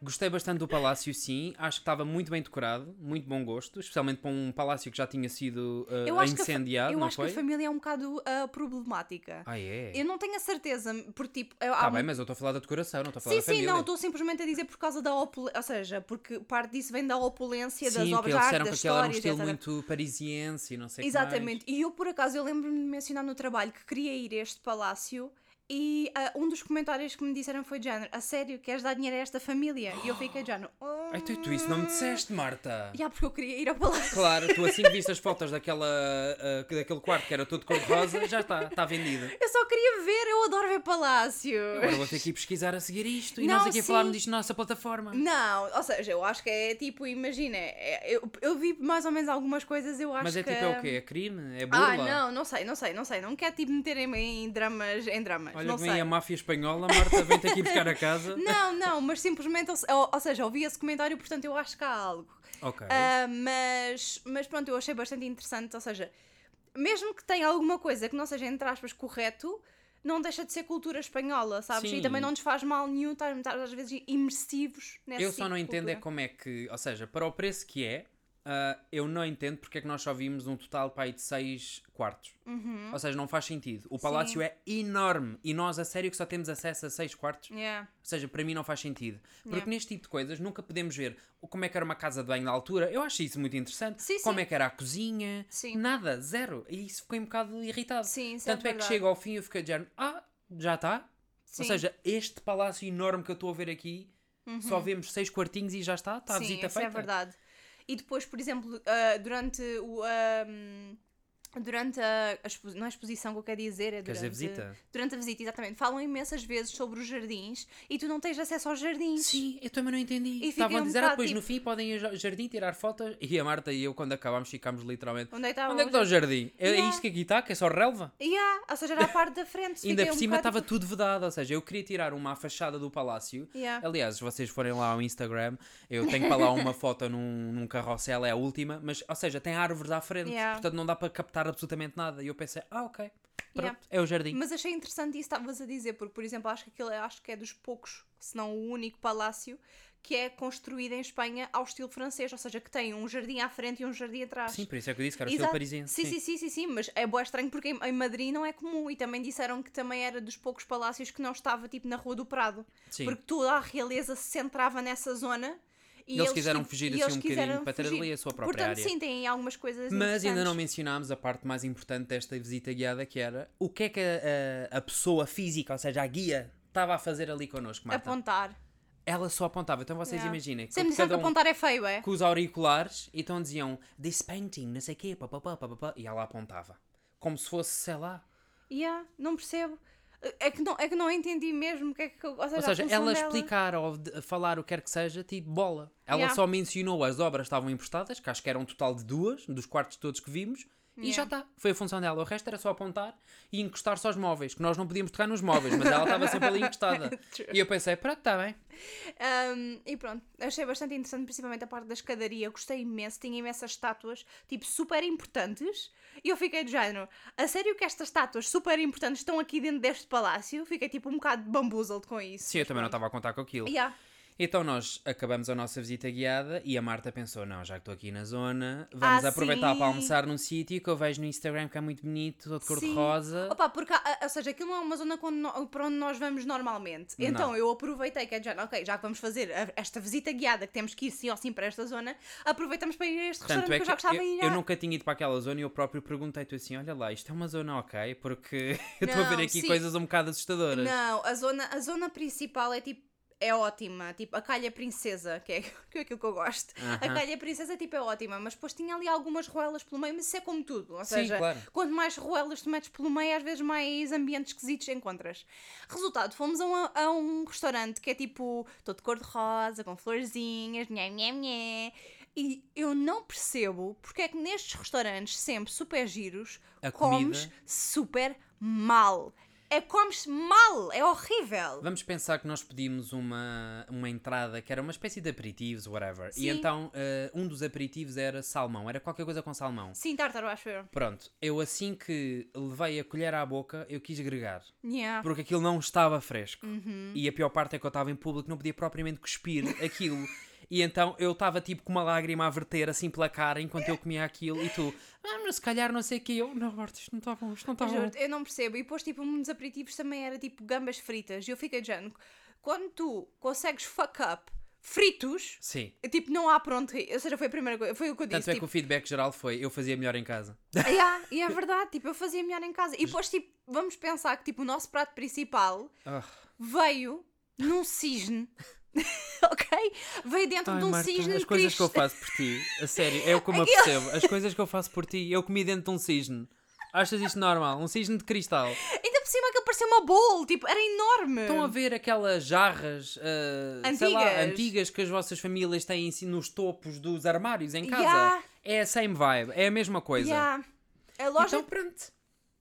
Speaker 1: Gostei bastante do palácio, sim. Acho que estava muito bem decorado, muito bom gosto, especialmente para um palácio que já tinha sido eh,
Speaker 2: Eu acho, que a, fa-
Speaker 1: incendiado,
Speaker 2: eu
Speaker 1: não
Speaker 2: acho
Speaker 1: foi?
Speaker 2: que a família é um bocado ah, problemática.
Speaker 1: Ah, é.
Speaker 2: Eu não tenho a certeza, porque tipo. Eu,
Speaker 1: Tá
Speaker 2: há
Speaker 1: bem,
Speaker 2: um-
Speaker 1: mas eu estou a falar da decoração, não estou a falar
Speaker 2: Sim,
Speaker 1: da
Speaker 2: sim,
Speaker 1: família.
Speaker 2: não, estou simplesmente a dizer por causa da opulência, ou seja, porque parte disso vem da opulência é das
Speaker 1: Sim, porque eles
Speaker 2: obras de arte,
Speaker 1: disseram que
Speaker 2: das
Speaker 1: aquilo era um
Speaker 2: histórias,
Speaker 1: estilo
Speaker 2: etc.
Speaker 1: muito parisiense e não sei o que mais.
Speaker 2: Exatamente. E eu, por acaso, eu lembro-me de mencionar no trabalho que queria ir a este palácio e ah, um dos comentários que me disseram foi de género, a sério, queres dar dinheiro a esta família? E eu fiquei de género... "Hum,
Speaker 1: Ai, tu, tu isso não me disseste, Marta.
Speaker 2: Já, porque eu queria ir ao palácio.
Speaker 1: Claro, tu assim que viste as fotos daquela, ah, daquele quarto que era todo cor-de-rosa, já está, está vendido.
Speaker 2: Eu só queria ver, eu adoro ver palácio.
Speaker 1: Agora vou ter que ir pesquisar a seguir isto e
Speaker 2: Não,
Speaker 1: nós aqui a
Speaker 2: sim.
Speaker 1: falarmos disto na nossa plataforma.
Speaker 2: Não, ou seja, eu acho que é tipo, imagina, é- eu, eu vi mais ou menos algumas coisas, eu acho
Speaker 1: Mas é
Speaker 2: que...
Speaker 1: tipo, é o quê? É crime? É burla?
Speaker 2: Ah, não, não sei, não sei, não sei. Não quero tipo meterem-me em dramas, em dramas.
Speaker 1: Olha
Speaker 2: não
Speaker 1: que vem
Speaker 2: sei.
Speaker 1: a máfia espanhola, Marta, vem-te aqui buscar a casa.
Speaker 2: Não, não, mas simplesmente, ou, ou seja, ouvi esse comentário, portanto eu acho que há algo.
Speaker 1: Ok.
Speaker 2: Ah, mas, mas pronto, eu achei bastante interessante, ou seja, mesmo que tenha alguma coisa que não seja, entre aspas, correto, não deixa de ser cultura espanhola, sabes?
Speaker 1: Sim.
Speaker 2: E também não nos faz mal nenhum estar, estar às vezes imersivos tipo nessa
Speaker 1: Eu só não entendo é como é que, ou seja, para o preço que é, ah, eu não entendo porque é que nós só vimos um total pai de 6 quartos.
Speaker 2: Uhum. Hum?
Speaker 1: Ou seja, não faz sentido. O palácio é enorme e nós a sério que só temos acesso a 6 quartos.
Speaker 2: Yeah.
Speaker 1: Ou seja, para mim não faz sentido. Porque
Speaker 2: Yeah.
Speaker 1: neste tipo de coisas nunca podemos ver o- como é que era uma casa de banho na altura. Eu acho isso muito interessante.
Speaker 2: Sim,
Speaker 1: como
Speaker 2: sim.
Speaker 1: é que era a cozinha.
Speaker 2: Sim.
Speaker 1: Nada, zero. E isso fiquei um bocado irritado.
Speaker 2: Sim, isso é
Speaker 1: Tanto é, que
Speaker 2: verdade.
Speaker 1: chega ao fim e eu fiquei de género, ah, já está.
Speaker 2: Sim. Uhum.
Speaker 1: Ou seja, este palácio enorme que eu estou a ver aqui, só vemos seis quartinhos e já está, está Tá a
Speaker 2: Sim,
Speaker 1: visita
Speaker 2: isso
Speaker 1: feita.
Speaker 2: é verdade. E depois, por exemplo, ah, durante o. ahm, durante a, a expo- não é exposição que eu quero dizer, é durante,
Speaker 1: Quer dizer, visita?
Speaker 2: durante a visita, exatamente. Falam imensas vezes sobre os jardins e tu não tens acesso aos jardins.
Speaker 1: Sim, eu também não entendi.
Speaker 2: E
Speaker 1: Estavam
Speaker 2: fiquei
Speaker 1: a
Speaker 2: um
Speaker 1: dizer, ah,
Speaker 2: bocado
Speaker 1: depois
Speaker 2: tipo-
Speaker 1: no fim podem ir ao jardim tirar fotos. E a Marta e eu, quando acabámos, ficámos literalmente.
Speaker 2: Onde é que estava?
Speaker 1: Onde é que está o jardim? É
Speaker 2: Yeah.
Speaker 1: isto que aqui está, que é só relva?
Speaker 2: Yeah, ou seja, era a parte da frente.
Speaker 1: Ainda
Speaker 2: fiquei
Speaker 1: por
Speaker 2: um
Speaker 1: cima
Speaker 2: bocado
Speaker 1: estava tudo vedado, ou seja, eu queria tirar uma à fachada do palácio.
Speaker 2: Yeah.
Speaker 1: Aliás, se vocês forem lá ao Instagram, eu tenho para lá uma foto num, num carrossel, é a última, mas, ou seja, tem árvores à frente,
Speaker 2: Yeah.
Speaker 1: portanto não dá para captar absolutamente nada. E eu pensei, ah, ok, pronto,
Speaker 2: Yeah.
Speaker 1: é o jardim.
Speaker 2: Mas achei interessante isso que estavas a dizer, porque, por exemplo, acho que aquilo é- acho que é dos poucos, se não o único palácio que é construída em Espanha ao estilo francês, ou seja, que tem um jardim à frente e um jardim atrás.
Speaker 1: Sim, por isso é que eu disse que era o
Speaker 2: Exato.
Speaker 1: estilo parisiense.
Speaker 2: Sim, sim, sim, sim, sim, mas é boa estranho porque em, em Madrid não é comum e também disseram que também era dos poucos palácios que não estava tipo na Rua do Prado,
Speaker 1: Sim.
Speaker 2: porque toda a realeza se centrava nessa zona e
Speaker 1: Eles quiseram fugir assim
Speaker 2: e eles
Speaker 1: um bocadinho
Speaker 2: quiseram
Speaker 1: para ter
Speaker 2: fugir.
Speaker 1: ali a sua própria
Speaker 2: Portanto,
Speaker 1: área.
Speaker 2: sim, tem algumas coisas
Speaker 1: Mas ainda não
Speaker 2: interessantes.
Speaker 1: mencionámos a parte mais importante desta visita guiada, que era o que é que a, a- a pessoa física, ou seja, a guia, estava a fazer ali connosco, Marta.
Speaker 2: apontar.
Speaker 1: Ela só apontava. Então vocês
Speaker 2: Yeah.
Speaker 1: imaginem.
Speaker 2: Sempre disseram que
Speaker 1: cada um-
Speaker 2: apontar é feio, é?
Speaker 1: com os auriculares, então diziam this painting, não sei o quê, papapá, papapá, e ela apontava. Como se fosse, sei lá.
Speaker 2: Yeah, não percebo. É que não, é que não entendi mesmo o que é que. Ou seja,
Speaker 1: Ou
Speaker 2: a
Speaker 1: seja,
Speaker 2: função
Speaker 1: ela
Speaker 2: dela.
Speaker 1: explicar ou de- falar o que quer que seja, tipo bola. Ela
Speaker 2: Yeah.
Speaker 1: só mencionou as obras que estavam emprestadas, que acho que era um total de duas, dos quartos todos que vimos, e
Speaker 2: Yeah.
Speaker 1: já está. Foi a função dela. O resto era só apontar e encostar-se aos móveis, que nós não podíamos tocar nos móveis, mas ela estava sempre ali encostada.
Speaker 2: True.
Speaker 1: e eu pensei, pronto, está bem.
Speaker 2: Um, e pronto, achei bastante interessante, principalmente a parte da escadaria. Gostei imenso, tinha imensas estátuas, tipo, super importantes. E eu fiquei do género: a sério que estas estátuas super importantes estão aqui dentro deste palácio? Fiquei tipo um bocado bamboozled com isso.
Speaker 1: Sim, eu também não estava a contar com aquilo.
Speaker 2: Yeah.
Speaker 1: Então nós acabamos a nossa visita guiada e a Marta pensou, não, já que estou aqui na zona, vamos
Speaker 2: Ah,
Speaker 1: aproveitar
Speaker 2: sim.
Speaker 1: para almoçar num sítio que eu vejo no Instagram que é muito bonito, todo de cor de rosa.
Speaker 2: Opa, porque, há- há- ou seja, aquilo não é uma zona quando no- para onde nós vamos normalmente. Então eu aproveitei que é de género, ok, já que vamos fazer a- esta visita guiada, que temos que ir sim ou sim para esta zona, aproveitamos para ir a este restaurante
Speaker 1: Tanto é
Speaker 2: que
Speaker 1: que
Speaker 2: eu já gostava de ir.
Speaker 1: eu,
Speaker 2: a-
Speaker 1: eu nunca tinha ido para aquela zona e eu próprio perguntei-te assim, olha lá, isto é uma zona ok, porque eu estou a ver
Speaker 2: Não,
Speaker 1: aqui
Speaker 2: sim.
Speaker 1: coisas um bocado assustadoras.
Speaker 2: Não, a zona, a zona principal é tipo. É ótima, tipo, a calha princesa, que é, que é aquilo que eu gosto. A
Speaker 1: Aham.
Speaker 2: calha princesa, tipo, é ótima, mas depois tinha ali algumas roelas pelo meio, mas isso é como tudo. Ou
Speaker 1: Sim,
Speaker 2: seja,
Speaker 1: claro.
Speaker 2: quanto mais roelas tu metes pelo meio, às vezes mais ambientes esquisitos encontras. Resultado, fomos a um, a um restaurante que é tipo, todo de cor-de-rosa, com florzinhas, nhé, nhé, nhé. E eu não percebo porque é que nestes restaurantes, sempre super giros,
Speaker 1: A
Speaker 2: comes
Speaker 1: comida-
Speaker 2: super mal. É comes mal, é horrível.
Speaker 1: Vamos pensar que nós pedimos uma, uma entrada que era uma espécie de aperitivos, whatever.
Speaker 2: Sim.
Speaker 1: E então eh, um dos aperitivos era salmão, era qualquer coisa com salmão.
Speaker 2: Sim, tártaro, acho eu.
Speaker 1: Pronto, eu assim que levei a colher à boca, eu quis gregar.
Speaker 2: Yeah.
Speaker 1: porque aquilo não estava fresco.
Speaker 2: Uhum.
Speaker 1: E a pior parte é que eu estava em público, não podia propriamente cuspir aquilo. E então eu estava tipo com uma lágrima a verter assim pela cara enquanto eu comia aquilo e tu, ah, mas se calhar não sei o que eu, não, Marta, isto não está bom, isto não está bom.
Speaker 2: Juro-te, eu não percebo. E depois, tipo, um dos aperitivos também era tipo gambas fritas. E eu fiquei dizendo: quando tu consegues fuck up fritos,
Speaker 1: Sim.
Speaker 2: tipo, não há pronto. Ou seja, foi a primeira coisa, foi o que eu
Speaker 1: Tanto
Speaker 2: disse.
Speaker 1: é que
Speaker 2: tipo,
Speaker 1: o feedback geral foi, eu fazia melhor em casa.
Speaker 2: "Yeah", e é verdade, tipo, eu fazia melhor em casa. E depois, tipo, vamos pensar que tipo, o nosso prato principal
Speaker 1: Ah,
Speaker 2: veio num cisne. ok? Veio dentro
Speaker 1: ai,
Speaker 2: de um
Speaker 1: Marta,
Speaker 2: cisne
Speaker 1: as coisas que eu
Speaker 2: crist-
Speaker 1: faço por ti, a sério, é o que eu me apercebo. As coisas que eu faço por ti, eu comi dentro de um cisne. Achas isto normal? Um cisne de cristal.
Speaker 2: Ainda por cima aquilo parecia uma bowl, tipo, era enorme.
Speaker 1: Estão Então, a ver aquelas jarras ah, sei lá,
Speaker 2: Antigas.
Speaker 1: antigas que as vossas famílias têm assim, nos topos dos armários em casa?
Speaker 2: Yeah.
Speaker 1: É a same vibe, é a mesma coisa.
Speaker 2: Yeah. A loja,
Speaker 1: Então pronto.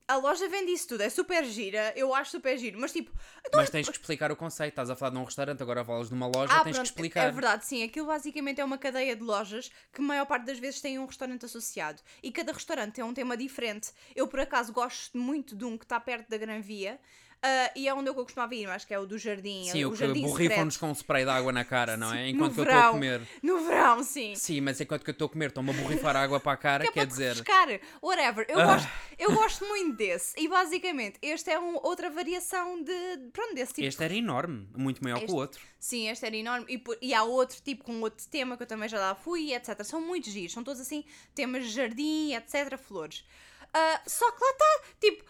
Speaker 2: a loja vende isso tudo, é super gira, eu acho super giro, mas tipo, então-
Speaker 1: Mas tens que explicar o conceito. Estás a falar de um restaurante, agora falas de uma loja, tens
Speaker 2: pronto,
Speaker 1: que explicar.
Speaker 2: É verdade, sim. Aquilo basicamente é uma cadeia de lojas que a maior parte das vezes tem um restaurante associado. E cada restaurante tem um tema diferente. Eu, por acaso, gosto muito de um que está perto da Gran Via ah, e é onde eu costumava ir, acho que é o do Jardim.
Speaker 1: Sim,
Speaker 2: o,
Speaker 1: o que
Speaker 2: Jardim secreto.
Speaker 1: borrifam-nos com um spray de água na cara, não é? Enquanto
Speaker 2: no
Speaker 1: que eu estou a
Speaker 2: verão.
Speaker 1: comer.
Speaker 2: No verão, sim.
Speaker 1: Sim, mas enquanto que eu estou a comer, estão-me a borrifar água para a cara,
Speaker 2: que é
Speaker 1: quer
Speaker 2: para
Speaker 1: dizer.
Speaker 2: refrescar, whatever. Eu,
Speaker 1: Ah.
Speaker 2: gosto, eu gosto muito desse. E basicamente, este é um, outra variação de. Pronto, desse tipo.
Speaker 1: Este era enorme, muito maior que
Speaker 2: Este-
Speaker 1: o outro.
Speaker 2: Sim, este era enorme. E, po- e há outro tipo com outro tema que eu também já lá fui, etc. São muitos giros, são todos assim, temas de jardim, etc. Flores. Ah, só que lá está, tipo.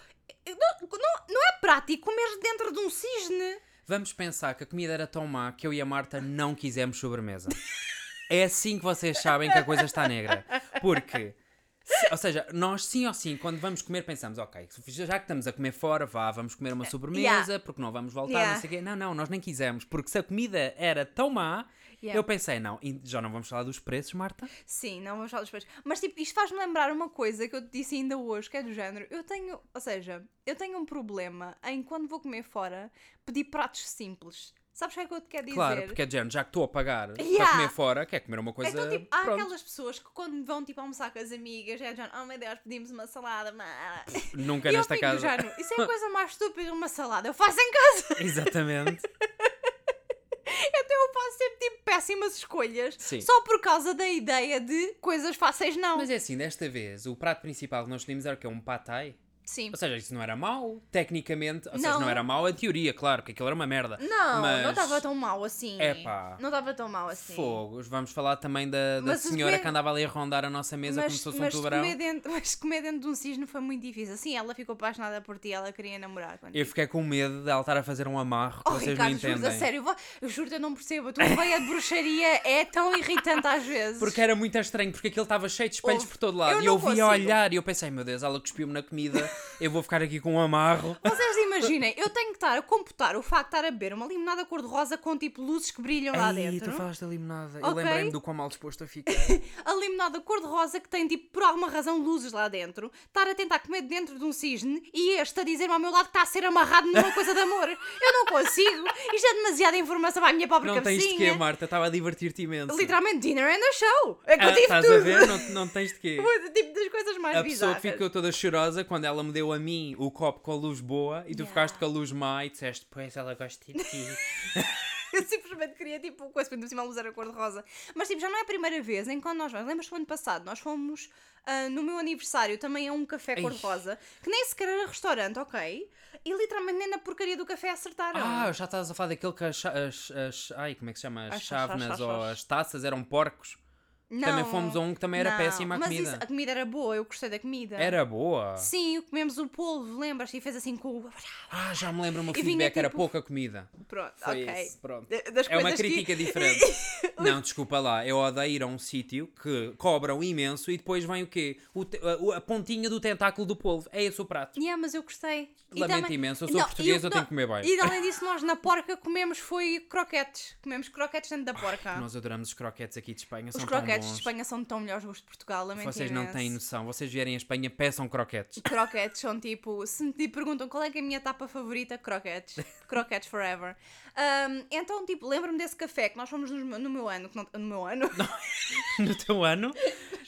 Speaker 2: Não, não, não é prático comer dentro de um cisne.
Speaker 1: Vamos pensar que a comida era tão má que eu e a Marta não quisemos sobremesa. É assim que vocês sabem que a coisa está negra. Porque, se- ou seja, nós sim ou sim, quando vamos comer, pensamos, ok, já que estamos a comer fora, vá, vamos comer uma sobremesa,
Speaker 2: É, Yeah.
Speaker 1: porque não vamos voltar,
Speaker 2: Yeah.
Speaker 1: não sei o quê. Não, não, nós nem quisemos, porque se a comida era tão má,
Speaker 2: Yeah.
Speaker 1: eu pensei, não, e já não vamos falar dos preços, Marta?
Speaker 2: Sim, não vamos falar dos peixes. Mas tipo, isto faz-me lembrar uma coisa que eu te disse ainda hoje, que é do género. Eu tenho, ou seja, eu tenho um problema em quando vou comer fora pedir pratos simples. Sabes o que é que eu te quero dizer?
Speaker 1: Claro, porque é de género, já que estou a pagar para
Speaker 2: Yeah.
Speaker 1: comer fora, quer comer uma coisa.
Speaker 2: Então, tipo, há
Speaker 1: pronto.
Speaker 2: aquelas pessoas que quando vão tipo, almoçar com as amigas, é de género, oh meu Deus, pedimos uma salada. mas-"
Speaker 1: Nunca
Speaker 2: E eu
Speaker 1: nesta
Speaker 2: fico do
Speaker 1: casa.
Speaker 2: género, isso é a coisa mais estúpida, uma salada. Eu faço em casa.
Speaker 1: Exatamente.
Speaker 2: Então eu faço sempre tipo péssimas escolhas
Speaker 1: Sim.
Speaker 2: só por causa da ideia de coisas fáceis não.
Speaker 1: Mas é assim, desta vez, o prato principal que nós tínhamos era o quê? Um patai?
Speaker 2: Sim.
Speaker 1: Ou seja, isso não era mau, tecnicamente. Ou seja, não
Speaker 2: Não.
Speaker 1: era mau em teoria, claro, que aquilo era uma merda.
Speaker 2: Não, não
Speaker 1: Mas-
Speaker 2: estava tão mal assim.
Speaker 1: Epá.
Speaker 2: Não estava tão mal assim.
Speaker 1: Fogos. Vamos falar também da, da
Speaker 2: Mas se
Speaker 1: senhora
Speaker 2: comer-
Speaker 1: que andava ali a rondar a nossa mesa como
Speaker 2: Mas,
Speaker 1: se fosse um
Speaker 2: mas,
Speaker 1: tubarão.
Speaker 2: comer dentro, mas comer dentro de um cisne foi muito difícil. Assim, ela ficou apaixonada por ti, ela queria namorar contigo.
Speaker 1: Eu fiquei com medo de ela estar a fazer um amarro que
Speaker 2: Oh,
Speaker 1: vocês
Speaker 2: Ricardo,
Speaker 1: não
Speaker 2: juro, a
Speaker 1: entendem.
Speaker 2: sério, vo- eu juro eu não percebo. A tua veia de bruxaria é tão irritante às vezes.
Speaker 1: Porque era muito estranho, porque aquilo estava cheio de espelhos
Speaker 2: Ouve,
Speaker 1: por todo lado.
Speaker 2: eu
Speaker 1: e
Speaker 2: não
Speaker 1: eu via
Speaker 2: consigo.
Speaker 1: olhar e eu pensei, meu Deus, ela cuspiu-me na comida, eu vou ficar aqui com um amarro.
Speaker 2: Vocês imaginem, eu tenho que estar a computar o facto de estar a beber uma limonada cor-de-rosa com tipo luzes que brilham lá
Speaker 1: Ei,
Speaker 2: dentro.
Speaker 1: tu falaste da limonada. Eu
Speaker 2: Ok.
Speaker 1: lembrei-me do quão mal disposto eu fiquei.
Speaker 2: A limonada cor-de-rosa que tem tipo, por alguma razão, luzes lá dentro. Estar a tentar comer dentro de um cisne e este a dizer-me ao meu lado que está a ser amarrado numa coisa de amor. Eu não consigo. Isto é demasiada informação para a minha pobre
Speaker 1: não
Speaker 2: cabecinha.
Speaker 1: tens de quê, Marta? Estava a divertir-te imenso.
Speaker 2: assim é Literalmente, dinner and a show. É que
Speaker 1: Ah,
Speaker 2: eu tive
Speaker 1: estás
Speaker 2: tudo.
Speaker 1: a ver? Não, não tens de quê.
Speaker 2: Foi, tipo das coisas mais
Speaker 1: A pessoa
Speaker 2: bizarras.
Speaker 1: ficou toda cheirosa quando ela me deu a mim o copo com a luz boa e tu
Speaker 2: Yeah.
Speaker 1: ficaste com a luz má e disseste, pois ela gosta de ti.
Speaker 2: Eu simplesmente queria, tipo, coisa para cima a luz era cor-de-rosa. Mas, tipo, já não é a primeira vez em que quando nós vamos. Lembras-te do ano passado? Nós fomos ah, no meu aniversário também a um café
Speaker 1: Ai.
Speaker 2: cor-de-rosa, que nem sequer era restaurante, ok? E literalmente nem na porcaria do café acertaram.
Speaker 1: ah, já estás a falar daquele que as, as, as- ai, como é que se chama? As,
Speaker 2: As
Speaker 1: chávenas
Speaker 2: chás, chás,
Speaker 1: ou
Speaker 2: chás.
Speaker 1: as taças eram porcos.
Speaker 2: não,
Speaker 1: Também fomos a um que também era
Speaker 2: não.
Speaker 1: péssima a
Speaker 2: Mas
Speaker 1: comida.
Speaker 2: isso- a comida era boa, eu gostei da comida.
Speaker 1: Era boa.
Speaker 2: É. Sim, comemos o polvo, lembras? E fez assim com o.
Speaker 1: Ah, já me lembro o meu
Speaker 2: vinha,
Speaker 1: feedback, era
Speaker 2: tipo,
Speaker 1: pouca comida.
Speaker 2: Pronto,
Speaker 1: Foi
Speaker 2: ok.
Speaker 1: esse, pronto.
Speaker 2: Da- Das
Speaker 1: É uma
Speaker 2: coisas que-
Speaker 1: crítica diferente. Não, desculpa lá, eu odeio ir a um sítio que cobram imenso e depois vem o quê? O te- a, a pontinha do tentáculo do polvo. É esse o prato.
Speaker 2: Yeah, mas eu gostei. E
Speaker 1: Lamento
Speaker 2: também-
Speaker 1: imenso, eu sou
Speaker 2: Não,
Speaker 1: português,
Speaker 2: e o-
Speaker 1: eu tenho que comer bem.
Speaker 2: E além disso, nós na porca comemos foi croquetes. Comemos croquetes dentro da porca.
Speaker 1: Nós adoramos os croquetes aqui de Espanha,
Speaker 2: Os
Speaker 1: são tão
Speaker 2: croquetes
Speaker 1: bons.
Speaker 2: de Espanha são tão melhores que os de Portugal, lamento
Speaker 1: Vocês não
Speaker 2: imenso.
Speaker 1: têm noção. Vocês vierem a Espanha, peçam croquetes.
Speaker 2: Croquetes são tipo, se me perguntam qual é que é a minha etapa favorita, croquetes. Croquetes forever. Ahm, então, tipo, lembro-me desse café que nós fomos nos meu- no, meu ano, que não- no meu ano,
Speaker 1: No teu ano,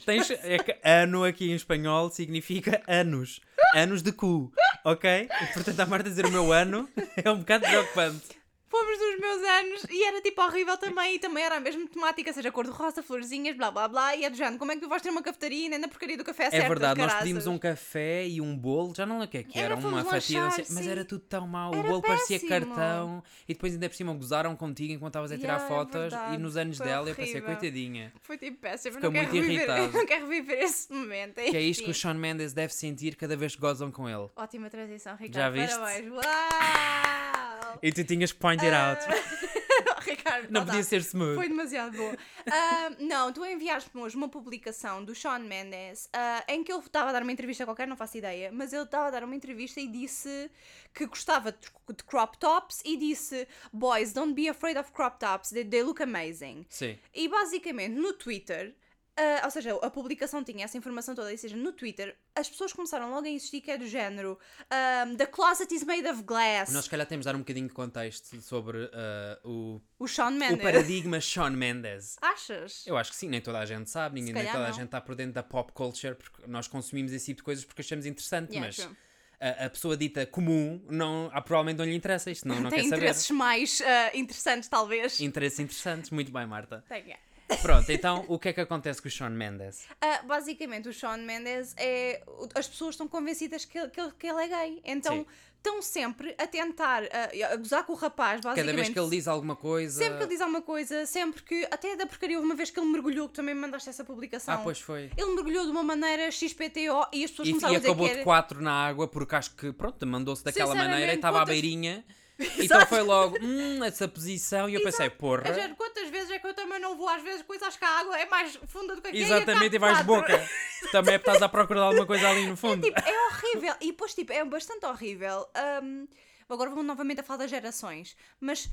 Speaker 1: tens. É que ano aqui em espanhol significa anos. Anos de cu, ok? E, portanto, a Marta dizer o meu ano é um bocado preocupante.
Speaker 2: fomos nos meus anos e era tipo horrível também, e também era a mesma temática, seja cor de rosa, florzinhas, blá blá blá, e é do género, como é que tu vais ter uma cafetaria e nem na porcaria do café
Speaker 1: É
Speaker 2: certo,
Speaker 1: verdade, nós
Speaker 2: caraças?
Speaker 1: pedimos um café e um bolo, já não lembro o que é que era,
Speaker 2: Era,
Speaker 1: uma
Speaker 2: fomos
Speaker 1: fatia, não sei-
Speaker 2: lanchar,
Speaker 1: mas
Speaker 2: sim.
Speaker 1: era tudo tão mau.
Speaker 2: Era
Speaker 1: o bolo parecia
Speaker 2: péssimo.
Speaker 1: cartão e depois ainda por cima gozaram contigo enquanto estavas a tirar
Speaker 2: Yeah, é
Speaker 1: fotos e
Speaker 2: verdade,
Speaker 1: nos anos
Speaker 2: foi
Speaker 1: dela eu pensei,
Speaker 2: horrível.
Speaker 1: coitadinha.
Speaker 2: Foi tipo péssimo, eu
Speaker 1: Ficou
Speaker 2: não quero,
Speaker 1: muito
Speaker 2: reviver, eu
Speaker 1: irritado.
Speaker 2: não quero reviver esse momento.
Speaker 1: Que é isto que o
Speaker 2: enfim.
Speaker 1: Sean Mendes deve sentir cada vez que gozam com ele.
Speaker 2: Ótima transição, Ricardo.
Speaker 1: Já viste?
Speaker 2: Parabéns. Uau!
Speaker 1: E tu tinhas que point it out.
Speaker 2: Ricardo,
Speaker 1: Não
Speaker 2: tá,
Speaker 1: podia
Speaker 2: tá.
Speaker 1: ser smooth.
Speaker 2: Ah, Foi demasiado bom. Ah, não, tu enviaste-me hoje uma publicação do Sean Mendes ah, em que ele estava a dar uma entrevista qualquer, não faço ideia, mas ele estava a dar uma entrevista e disse que gostava de de crop tops e disse: Boys, don't be afraid of crop tops, they, they look amazing.
Speaker 1: Sim.
Speaker 2: E basicamente no Twitter, ah, ou seja, a publicação tinha essa informação toda, ou seja, no Twitter as pessoas começaram logo a insistir que é do género ahm, The closet is made of glass.
Speaker 1: Nós, se calhar, temos de dar um bocadinho de contexto sobre ah, o,
Speaker 2: O Sean
Speaker 1: o
Speaker 2: Mendes.
Speaker 1: paradigma Sean Mendes.
Speaker 2: Achas?
Speaker 1: Eu acho que sim, nem toda a gente sabe, ninguém, nem
Speaker 2: calhar
Speaker 1: toda a
Speaker 2: não.
Speaker 1: gente está por dentro da pop culture, porque nós consumimos esse tipo de coisas porque achamos interessante,
Speaker 2: Yeah,
Speaker 1: mas
Speaker 2: true.
Speaker 1: a, a pessoa dita comum não, ah, provavelmente não lhe interessa isto, não, não
Speaker 2: Tem
Speaker 1: quer saber.
Speaker 2: interesses mais ah, interessantes, talvez.
Speaker 1: Interesses interessantes, muito bem, Marta.
Speaker 2: Tem, é. yeah.
Speaker 1: Pronto, então o que é que acontece com o Sean Mendes?
Speaker 2: Ah, basicamente, o Sean Mendes é. o- As pessoas estão convencidas que ele, que ele, que ele é gay. Então
Speaker 1: Sim.
Speaker 2: estão sempre a tentar ah, a gozar com o rapaz, basicamente.
Speaker 1: Cada vez que ele diz uh, alguma coisa.
Speaker 2: Sempre que ele diz alguma coisa, sempre que. Até da porcaria, houve uma vez que ele mergulhou, que também me mandaste essa publicação.
Speaker 1: Ah, pois foi.
Speaker 2: Ele mergulhou de uma maneira XPTO e as pessoas
Speaker 1: E,
Speaker 2: começaram
Speaker 1: e
Speaker 2: a dizer
Speaker 1: acabou
Speaker 2: que
Speaker 1: de
Speaker 2: era.
Speaker 1: 4 na água porque acho que, pronto, mandou-se daquela maneira e
Speaker 2: Sinceramente,
Speaker 1: estava à
Speaker 2: quantas-
Speaker 1: beirinha. Então foi logo, hum, essa posição. E eu pensei, porra.
Speaker 2: É género, quantas vezes é que eu também não vou, às vezes, coisas que a água é mais funda do que aqui.
Speaker 1: Exatamente, e vais de boca. Também é porque estás à procura de alguma coisa ali no fundo.
Speaker 2: Tipo, é horrível. E depois, tipo, é bastante horrível. Hum, agora vou novamente a falar das gerações, mas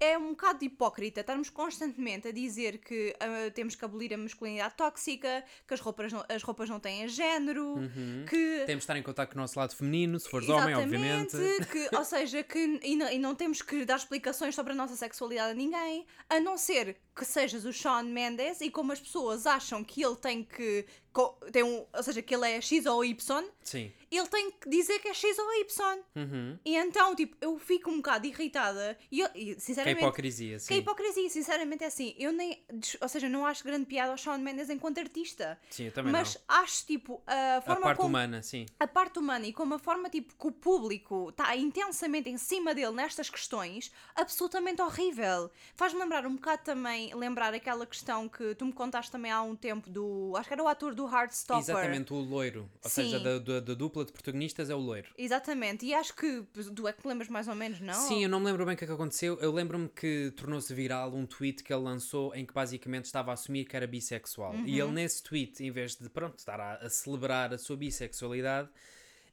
Speaker 2: é um bocado hipócrita estarmos constantemente a dizer que ah, temos que abolir a masculinidade tóxica, que as roupas não, as roupas não têm género,
Speaker 1: Uhum.
Speaker 2: que.
Speaker 1: Temos de estar em contato com o nosso lado feminino, se fores homem,
Speaker 2: Exatamente,
Speaker 1: obviamente.
Speaker 2: que, ou seja, que e não, e não temos que dar explicações sobre a nossa sexualidade a ninguém, a não ser que sejas o Sean Mendes e como as pessoas acham que ele tem que co- tem um, ou seja, que ele é X ou Y,
Speaker 1: Sim.
Speaker 2: ele tem que dizer que é X ou Y.
Speaker 1: Uhum.
Speaker 2: E então, tipo, eu fico um bocado irritada. E, eu, e
Speaker 1: Que é
Speaker 2: sinceramente,
Speaker 1: hipocrisia, sim.
Speaker 2: que é hipocrisia, sinceramente é assim. Eu nem. des- Ou seja, não acho grande piada ao Shawn Mendes enquanto artista.
Speaker 1: Sim, eu também
Speaker 2: mas acho, tipo, a
Speaker 1: não. A
Speaker 2: forma
Speaker 1: parte
Speaker 2: como.
Speaker 1: humana, sim.
Speaker 2: A parte humana e como a forma, tipo, que o público está intensamente em cima dele nestas questões, absolutamente horrível. Faz-me lembrar um bocado também, lembrar aquela questão que tu me contaste também há um tempo do. Acho que era o ator do Heartstopper.
Speaker 1: Exatamente, o loiro. Ou seja,
Speaker 2: Sim.
Speaker 1: da, da- da dupla de protagonistas é o loiro.
Speaker 2: Exatamente. E acho que. Tu é que te lembras mais ou menos, não?
Speaker 1: Sim, eu não me lembro bem o que é que aconteceu. Eu lembro-me que tornou-se viral um tweet que ele lançou em que basicamente estava a assumir que era bissexual. E ele, nesse tweet, em vez de pronto, estar a, a celebrar a sua bissexualidade,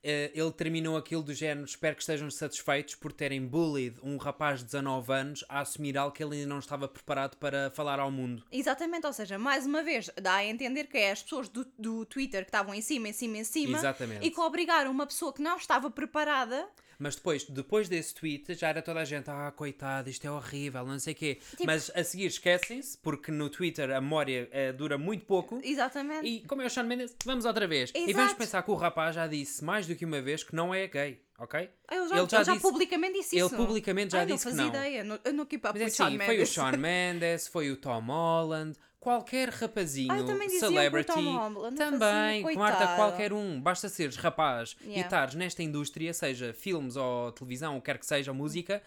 Speaker 1: eh, ele terminou aquilo do género: espero que estejam satisfeitos por terem bullied um rapaz de 19 anos a assumir algo que ele ainda não estava preparado para falar ao mundo.
Speaker 2: Exatamente, ou seja, mais uma vez dá a entender que é as pessoas do, do Twitter que estavam em cima, em cima, em cima
Speaker 1: Exatamente.
Speaker 2: e que obrigaram uma pessoa que não estava preparada.
Speaker 1: Mas depois, depois desse tweet, já era toda a gente, ah, coitado, isto é horrível, não sei o quê. Mas a seguir esquecem-se, porque no Twitter a memória eh, dura muito pouco.
Speaker 2: Exatamente.
Speaker 1: E como é o Sean Mendes, vamos outra vez. E vamos
Speaker 2: Exato.
Speaker 1: pensar que o rapaz já disse mais do que uma vez que não é gay, ok?
Speaker 2: ele já, ele já publicamente disse
Speaker 1: ele
Speaker 2: isso.
Speaker 1: publicamente já
Speaker 2: Ai,
Speaker 1: disse que
Speaker 2: Ah, não fazia
Speaker 1: não.
Speaker 2: ideia. não- eu não keep up
Speaker 1: Mas é
Speaker 2: with
Speaker 1: assim,
Speaker 2: Shawn
Speaker 1: foi o
Speaker 2: Mendes.
Speaker 1: Sean Mendes, foi o Tom Holland, qualquer rapazinho,
Speaker 2: Ai, Ah, também diziam que o
Speaker 1: celebrity,
Speaker 2: Tom Holland não
Speaker 1: também,
Speaker 2: fazia,
Speaker 1: Marta,
Speaker 2: coitado.
Speaker 1: qualquer um, basta seres rapaz e
Speaker 2: Yeah.
Speaker 1: estares nesta indústria, seja filmes ou televisão, o que quer que seja, ou música,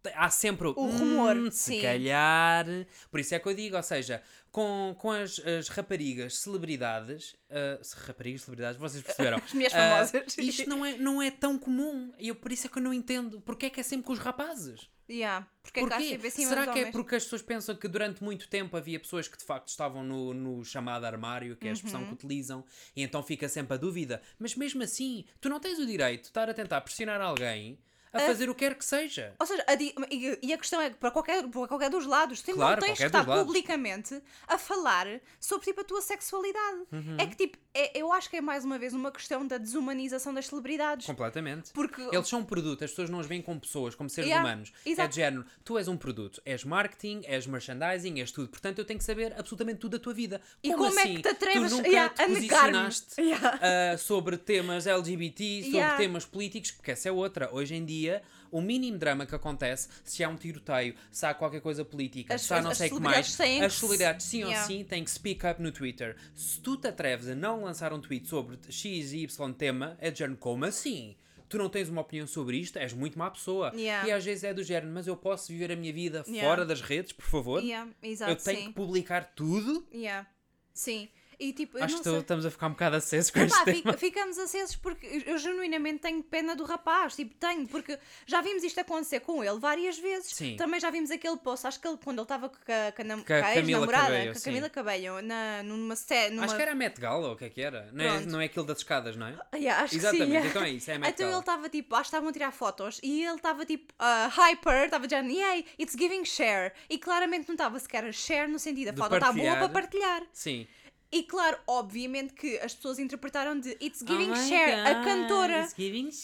Speaker 1: te- há sempre o,
Speaker 2: O rumor,
Speaker 1: "Hum, se
Speaker 2: sim.
Speaker 1: calhar, por isso é que eu digo, ou seja, com, com as, as raparigas celebridades, ah, se raparigas celebridades, vocês perceberam,
Speaker 2: As minhas
Speaker 1: Ah,
Speaker 2: famosas.
Speaker 1: isto não é, não é tão comum, e eu, por isso é que eu não entendo, porque é que é sempre com os rapazes?
Speaker 2: Yeah. Porque é que há
Speaker 1: Porquê?
Speaker 2: sempre em cima
Speaker 1: Será
Speaker 2: dos
Speaker 1: que é
Speaker 2: homens?
Speaker 1: porque as pessoas pensam que durante muito tempo havia pessoas que de facto estavam no, no chamado armário, que é a expressão
Speaker 2: Uhum.
Speaker 1: que utilizam, e então fica sempre a dúvida. Mas mesmo assim, tu não tens o direito de estar a tentar pressionar alguém a fazer o que quer que seja.
Speaker 2: Ou seja, a di- e, e a questão é que para qualquer, para qualquer dos lados, tu
Speaker 1: Claro,
Speaker 2: não tens que
Speaker 1: qualquer dos
Speaker 2: estar
Speaker 1: lados.
Speaker 2: publicamente a falar sobre tipo, a tua sexualidade.
Speaker 1: Uhum.
Speaker 2: É que tipo, é- eu acho que é mais uma vez uma questão da desumanização das celebridades.
Speaker 1: Completamente.
Speaker 2: Porque
Speaker 1: Eles são um produto, as pessoas não os veem como pessoas, como seres
Speaker 2: Yeah,
Speaker 1: humanos. É
Speaker 2: exato.
Speaker 1: de género, tu és um produto, és marketing, és merchandising, és tudo. Portanto, eu tenho que saber absolutamente tudo da tua vida.
Speaker 2: E como é que
Speaker 1: assim?
Speaker 2: te atreves,
Speaker 1: tu nunca
Speaker 2: yeah,
Speaker 1: te
Speaker 2: a negar-me?
Speaker 1: posicionaste
Speaker 2: Yeah.
Speaker 1: ah, sobre temas LGBT, sobre
Speaker 2: Yeah.
Speaker 1: temas políticos, porque essa é outra. Hoje em dia, o mínimo drama que acontece, se há um tiroteio, se há qualquer coisa política,
Speaker 2: As-
Speaker 1: se há
Speaker 2: as-
Speaker 1: não
Speaker 2: as
Speaker 1: sei o que
Speaker 2: celebridades
Speaker 1: mais,
Speaker 2: têm
Speaker 1: as
Speaker 2: que se-
Speaker 1: celebridades sim ou
Speaker 2: Yeah.
Speaker 1: sim têm que speak up no Twitter. Se tu te atreves a não lançar um tweet sobre X e Y tema, é de género, como assim? Tu não tens uma opinião sobre isto, és muito má pessoa.
Speaker 2: Yeah.
Speaker 1: E às vezes é do género, mas eu posso viver a minha vida
Speaker 2: Yeah.
Speaker 1: fora das redes, por favor?
Speaker 2: Yeah, exato,
Speaker 1: eu tenho
Speaker 2: sim.
Speaker 1: que publicar tudo?
Speaker 2: Yeah. Sim. E tipo, eu
Speaker 1: Acho
Speaker 2: não
Speaker 1: que
Speaker 2: sei.
Speaker 1: estamos a ficar um bocado acesso com este
Speaker 2: Pá,
Speaker 1: tema.
Speaker 2: fi- ficamos acesos porque eu genuinamente tenho pena do rapaz, tipo, tenho, porque já vimos isto acontecer com ele várias vezes.
Speaker 1: Sim.
Speaker 2: Também já vimos aquele post, acho que ele, quando ele estava com a, com a, nam-
Speaker 1: Com a
Speaker 2: com a
Speaker 1: Camila
Speaker 2: ex-namorada,
Speaker 1: Cabello,
Speaker 2: com a
Speaker 1: sim.
Speaker 2: Camila Cabelho, na, numa, sé- numa
Speaker 1: Acho que era a Met Gala, ou o que é que era? Não é,
Speaker 2: Pronto.
Speaker 1: não é aquilo das escadas, não é?
Speaker 2: Ah, yeah, acho
Speaker 1: Exatamente,
Speaker 2: que sim. yeah.
Speaker 1: então é isso, é a Met
Speaker 2: Então ele
Speaker 1: Gala.
Speaker 2: estava tipo, acho que estavam a tirar fotos e ele estava tipo ah, hyper, estava dizendo, yay, it's giving share. E claramente não estava sequer a share no sentido, a
Speaker 1: De
Speaker 2: foto está boa
Speaker 1: partilhar.
Speaker 2: para partilhar.
Speaker 1: Sim.
Speaker 2: E claro, obviamente que as pessoas interpretaram de it's
Speaker 1: Oh
Speaker 2: giving share, a cantora.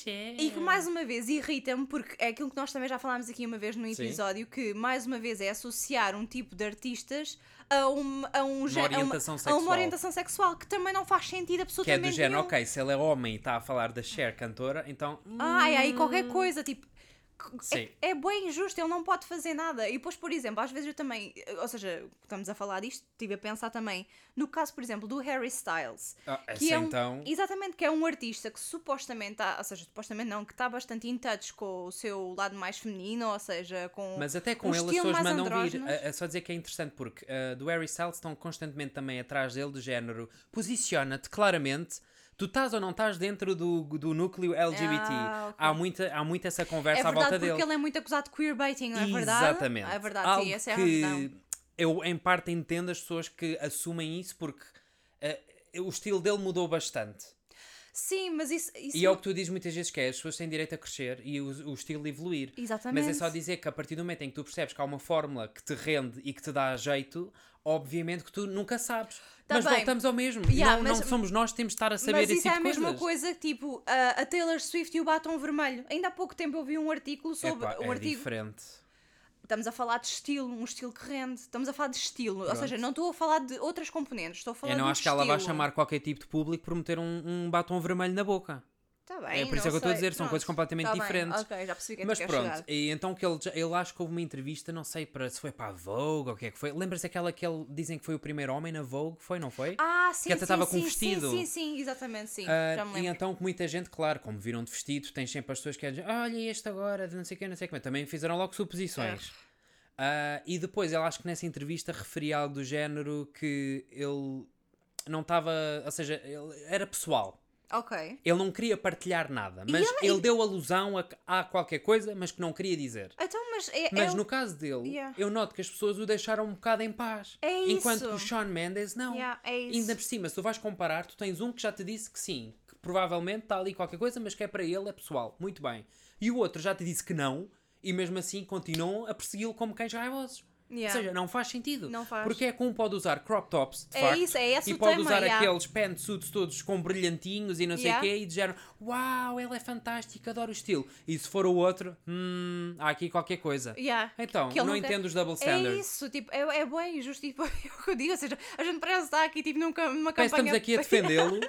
Speaker 2: E que mais uma vez irrita-me, porque é aquilo que nós também já falámos aqui uma vez no
Speaker 1: Sim.
Speaker 2: episódio, que mais uma vez é associar um tipo de artistas a, um, a, um, gé- a
Speaker 1: orientação
Speaker 2: a
Speaker 1: sexual.
Speaker 2: uma orientação sexual que também não faz sentido
Speaker 1: Que é
Speaker 2: absolutamente
Speaker 1: do género,
Speaker 2: nenhum.
Speaker 1: ok, se ele é homem e está a falar da Cher cantora, então. hum,
Speaker 2: Ai, aí qualquer coisa, tipo. c-
Speaker 1: Sim.
Speaker 2: É, é bem injusto, ele não pode fazer nada. E depois, por exemplo, às vezes eu também, eh, ou seja, estamos a falar disto, estive a pensar também no caso, por exemplo, do Harry Styles.
Speaker 1: Ah,
Speaker 2: que
Speaker 1: essa
Speaker 2: é um,
Speaker 1: então.
Speaker 2: Exatamente, que é um artista que supostamente está, ou seja, supostamente não, que está bastante in touch com o seu lado mais feminino, ou seja, com.
Speaker 1: Mas até com
Speaker 2: um
Speaker 1: ele as
Speaker 2: estilo
Speaker 1: pessoas
Speaker 2: mais
Speaker 1: mandam vir.
Speaker 2: andrógeno.
Speaker 1: É só dizer que é interessante porque ah, do Harry Styles estão constantemente também atrás dele, do género. Posiciona-te claramente. Tu estás ou não estás dentro do, do núcleo LGBT.
Speaker 2: Ah, ok.
Speaker 1: há, muita, há muita essa
Speaker 2: É
Speaker 1: conversa à
Speaker 2: verdade,
Speaker 1: volta
Speaker 2: porque
Speaker 1: dele.
Speaker 2: ele é muito acusado de queerbaiting, não é verdade?
Speaker 1: Exatamente.
Speaker 2: É verdade,
Speaker 1: Algo
Speaker 2: sim, essa é a
Speaker 1: que
Speaker 2: razão.
Speaker 1: Eu, em parte, entendo as pessoas que assumem isso porque eh, o estilo dele mudou bastante.
Speaker 2: Sim, mas isso. isso
Speaker 1: E é o que tu dizes muitas vezes que é, as pessoas têm direito a crescer e o, o estilo evoluir.
Speaker 2: Exatamente.
Speaker 1: Mas é só dizer que a partir do momento em que tu percebes que há uma fórmula que te rende e que te dá jeito, obviamente que tu nunca sabes.
Speaker 2: Tá
Speaker 1: mas
Speaker 2: bem.
Speaker 1: voltamos ao mesmo.
Speaker 2: Yeah,
Speaker 1: não,
Speaker 2: mas-
Speaker 1: não somos nós que temos de estar a saber
Speaker 2: Mas
Speaker 1: esse
Speaker 2: isso é
Speaker 1: tipo
Speaker 2: a
Speaker 1: de
Speaker 2: mesma
Speaker 1: coisas.
Speaker 2: coisa que tipo a, a Taylor Swift e o batom vermelho. Ainda há pouco tempo eu vi um artigo sobre
Speaker 1: Epá,
Speaker 2: um
Speaker 1: é
Speaker 2: artigo
Speaker 1: diferente.
Speaker 2: Estamos a falar de estilo, um estilo que rende. Estamos a falar de estilo. Ou
Speaker 1: Pronto.
Speaker 2: seja, não estou a falar de outras componentes. Estou a falar
Speaker 1: Eu não
Speaker 2: do
Speaker 1: acho que ela vai
Speaker 2: estilo.
Speaker 1: chamar qualquer tipo de público por meter um, um batom vermelho na boca.
Speaker 2: Tá bem,
Speaker 1: é por isso é que
Speaker 2: não
Speaker 1: eu estou a
Speaker 2: sei.
Speaker 1: dizer, são
Speaker 2: Pronto.
Speaker 1: coisas completamente
Speaker 2: Tá bem,
Speaker 1: diferentes.
Speaker 2: Ok, já percebi que é
Speaker 1: Mas
Speaker 2: que tu
Speaker 1: pronto,
Speaker 2: queres chegar.
Speaker 1: e então que ele, já- ele acho que houve uma entrevista, não sei para, se foi para a Vogue ou o que é que foi. Lembra-se aquela que ele dizem que foi o primeiro homem na Vogue? Foi, não foi?
Speaker 2: Ah, sim,
Speaker 1: até
Speaker 2: sim,
Speaker 1: estava
Speaker 2: sim,
Speaker 1: com um
Speaker 2: sim,
Speaker 1: vestido.
Speaker 2: Sim, sim, sim, exatamente, sim.
Speaker 1: Ah,
Speaker 2: já me
Speaker 1: e
Speaker 2: lembro.
Speaker 1: então que muita gente, claro, como viram de vestido, tens sempre as pessoas que dizem, "Ah, olha este agora, de não sei o que, não sei como. Também fizeram logo suposições. Ah, e depois, ele acho que nessa entrevista referia algo do género que ele não estava, ou seja, ele era pessoal.
Speaker 2: Ok.
Speaker 1: Ele não queria partilhar nada, mas
Speaker 2: ela-
Speaker 1: ele deu alusão a, a qualquer coisa, mas que não queria dizer.
Speaker 2: Então, mas é,
Speaker 1: Mas
Speaker 2: é
Speaker 1: no caso dele,
Speaker 2: Yeah.
Speaker 1: eu noto que as pessoas o deixaram um bocado em paz.
Speaker 2: É
Speaker 1: Enquanto
Speaker 2: isso.
Speaker 1: que o Sean Mendes, não.
Speaker 2: Yeah, é isso.
Speaker 1: Ainda por cima, se tu vais comparar, tu tens um que já te disse que sim, que provavelmente está ali qualquer coisa, mas que é para ele, é pessoal. Muito bem. E o outro já te disse que não, e mesmo assim continuam a persegui-lo como cães raivosos.
Speaker 2: Yeah.
Speaker 1: Ou seja, não faz sentido.
Speaker 2: Não faz.
Speaker 1: Porque é que um pode usar crop tops, de
Speaker 2: É
Speaker 1: facto,
Speaker 2: isso, é esse
Speaker 1: e
Speaker 2: o
Speaker 1: pode
Speaker 2: tema,
Speaker 1: usar
Speaker 2: yeah.
Speaker 1: aqueles pantsuits todos com brilhantinhos e não sei o
Speaker 2: Yeah.
Speaker 1: quê, e de género, uau, ela é fantástica, adoro o estilo. E se for o outro, hum, há aqui qualquer coisa.
Speaker 2: Yeah.
Speaker 1: Então,
Speaker 2: Que ele
Speaker 1: não
Speaker 2: nunca-
Speaker 1: entendo os double
Speaker 2: É
Speaker 1: standards.
Speaker 2: isso, tipo, é, é bem justo, tipo, é o que eu digo, ou seja, a gente parece estar aqui, tipo, numa, numa
Speaker 1: Parece que
Speaker 2: campanha...
Speaker 1: estamos aqui a defendê-lo. E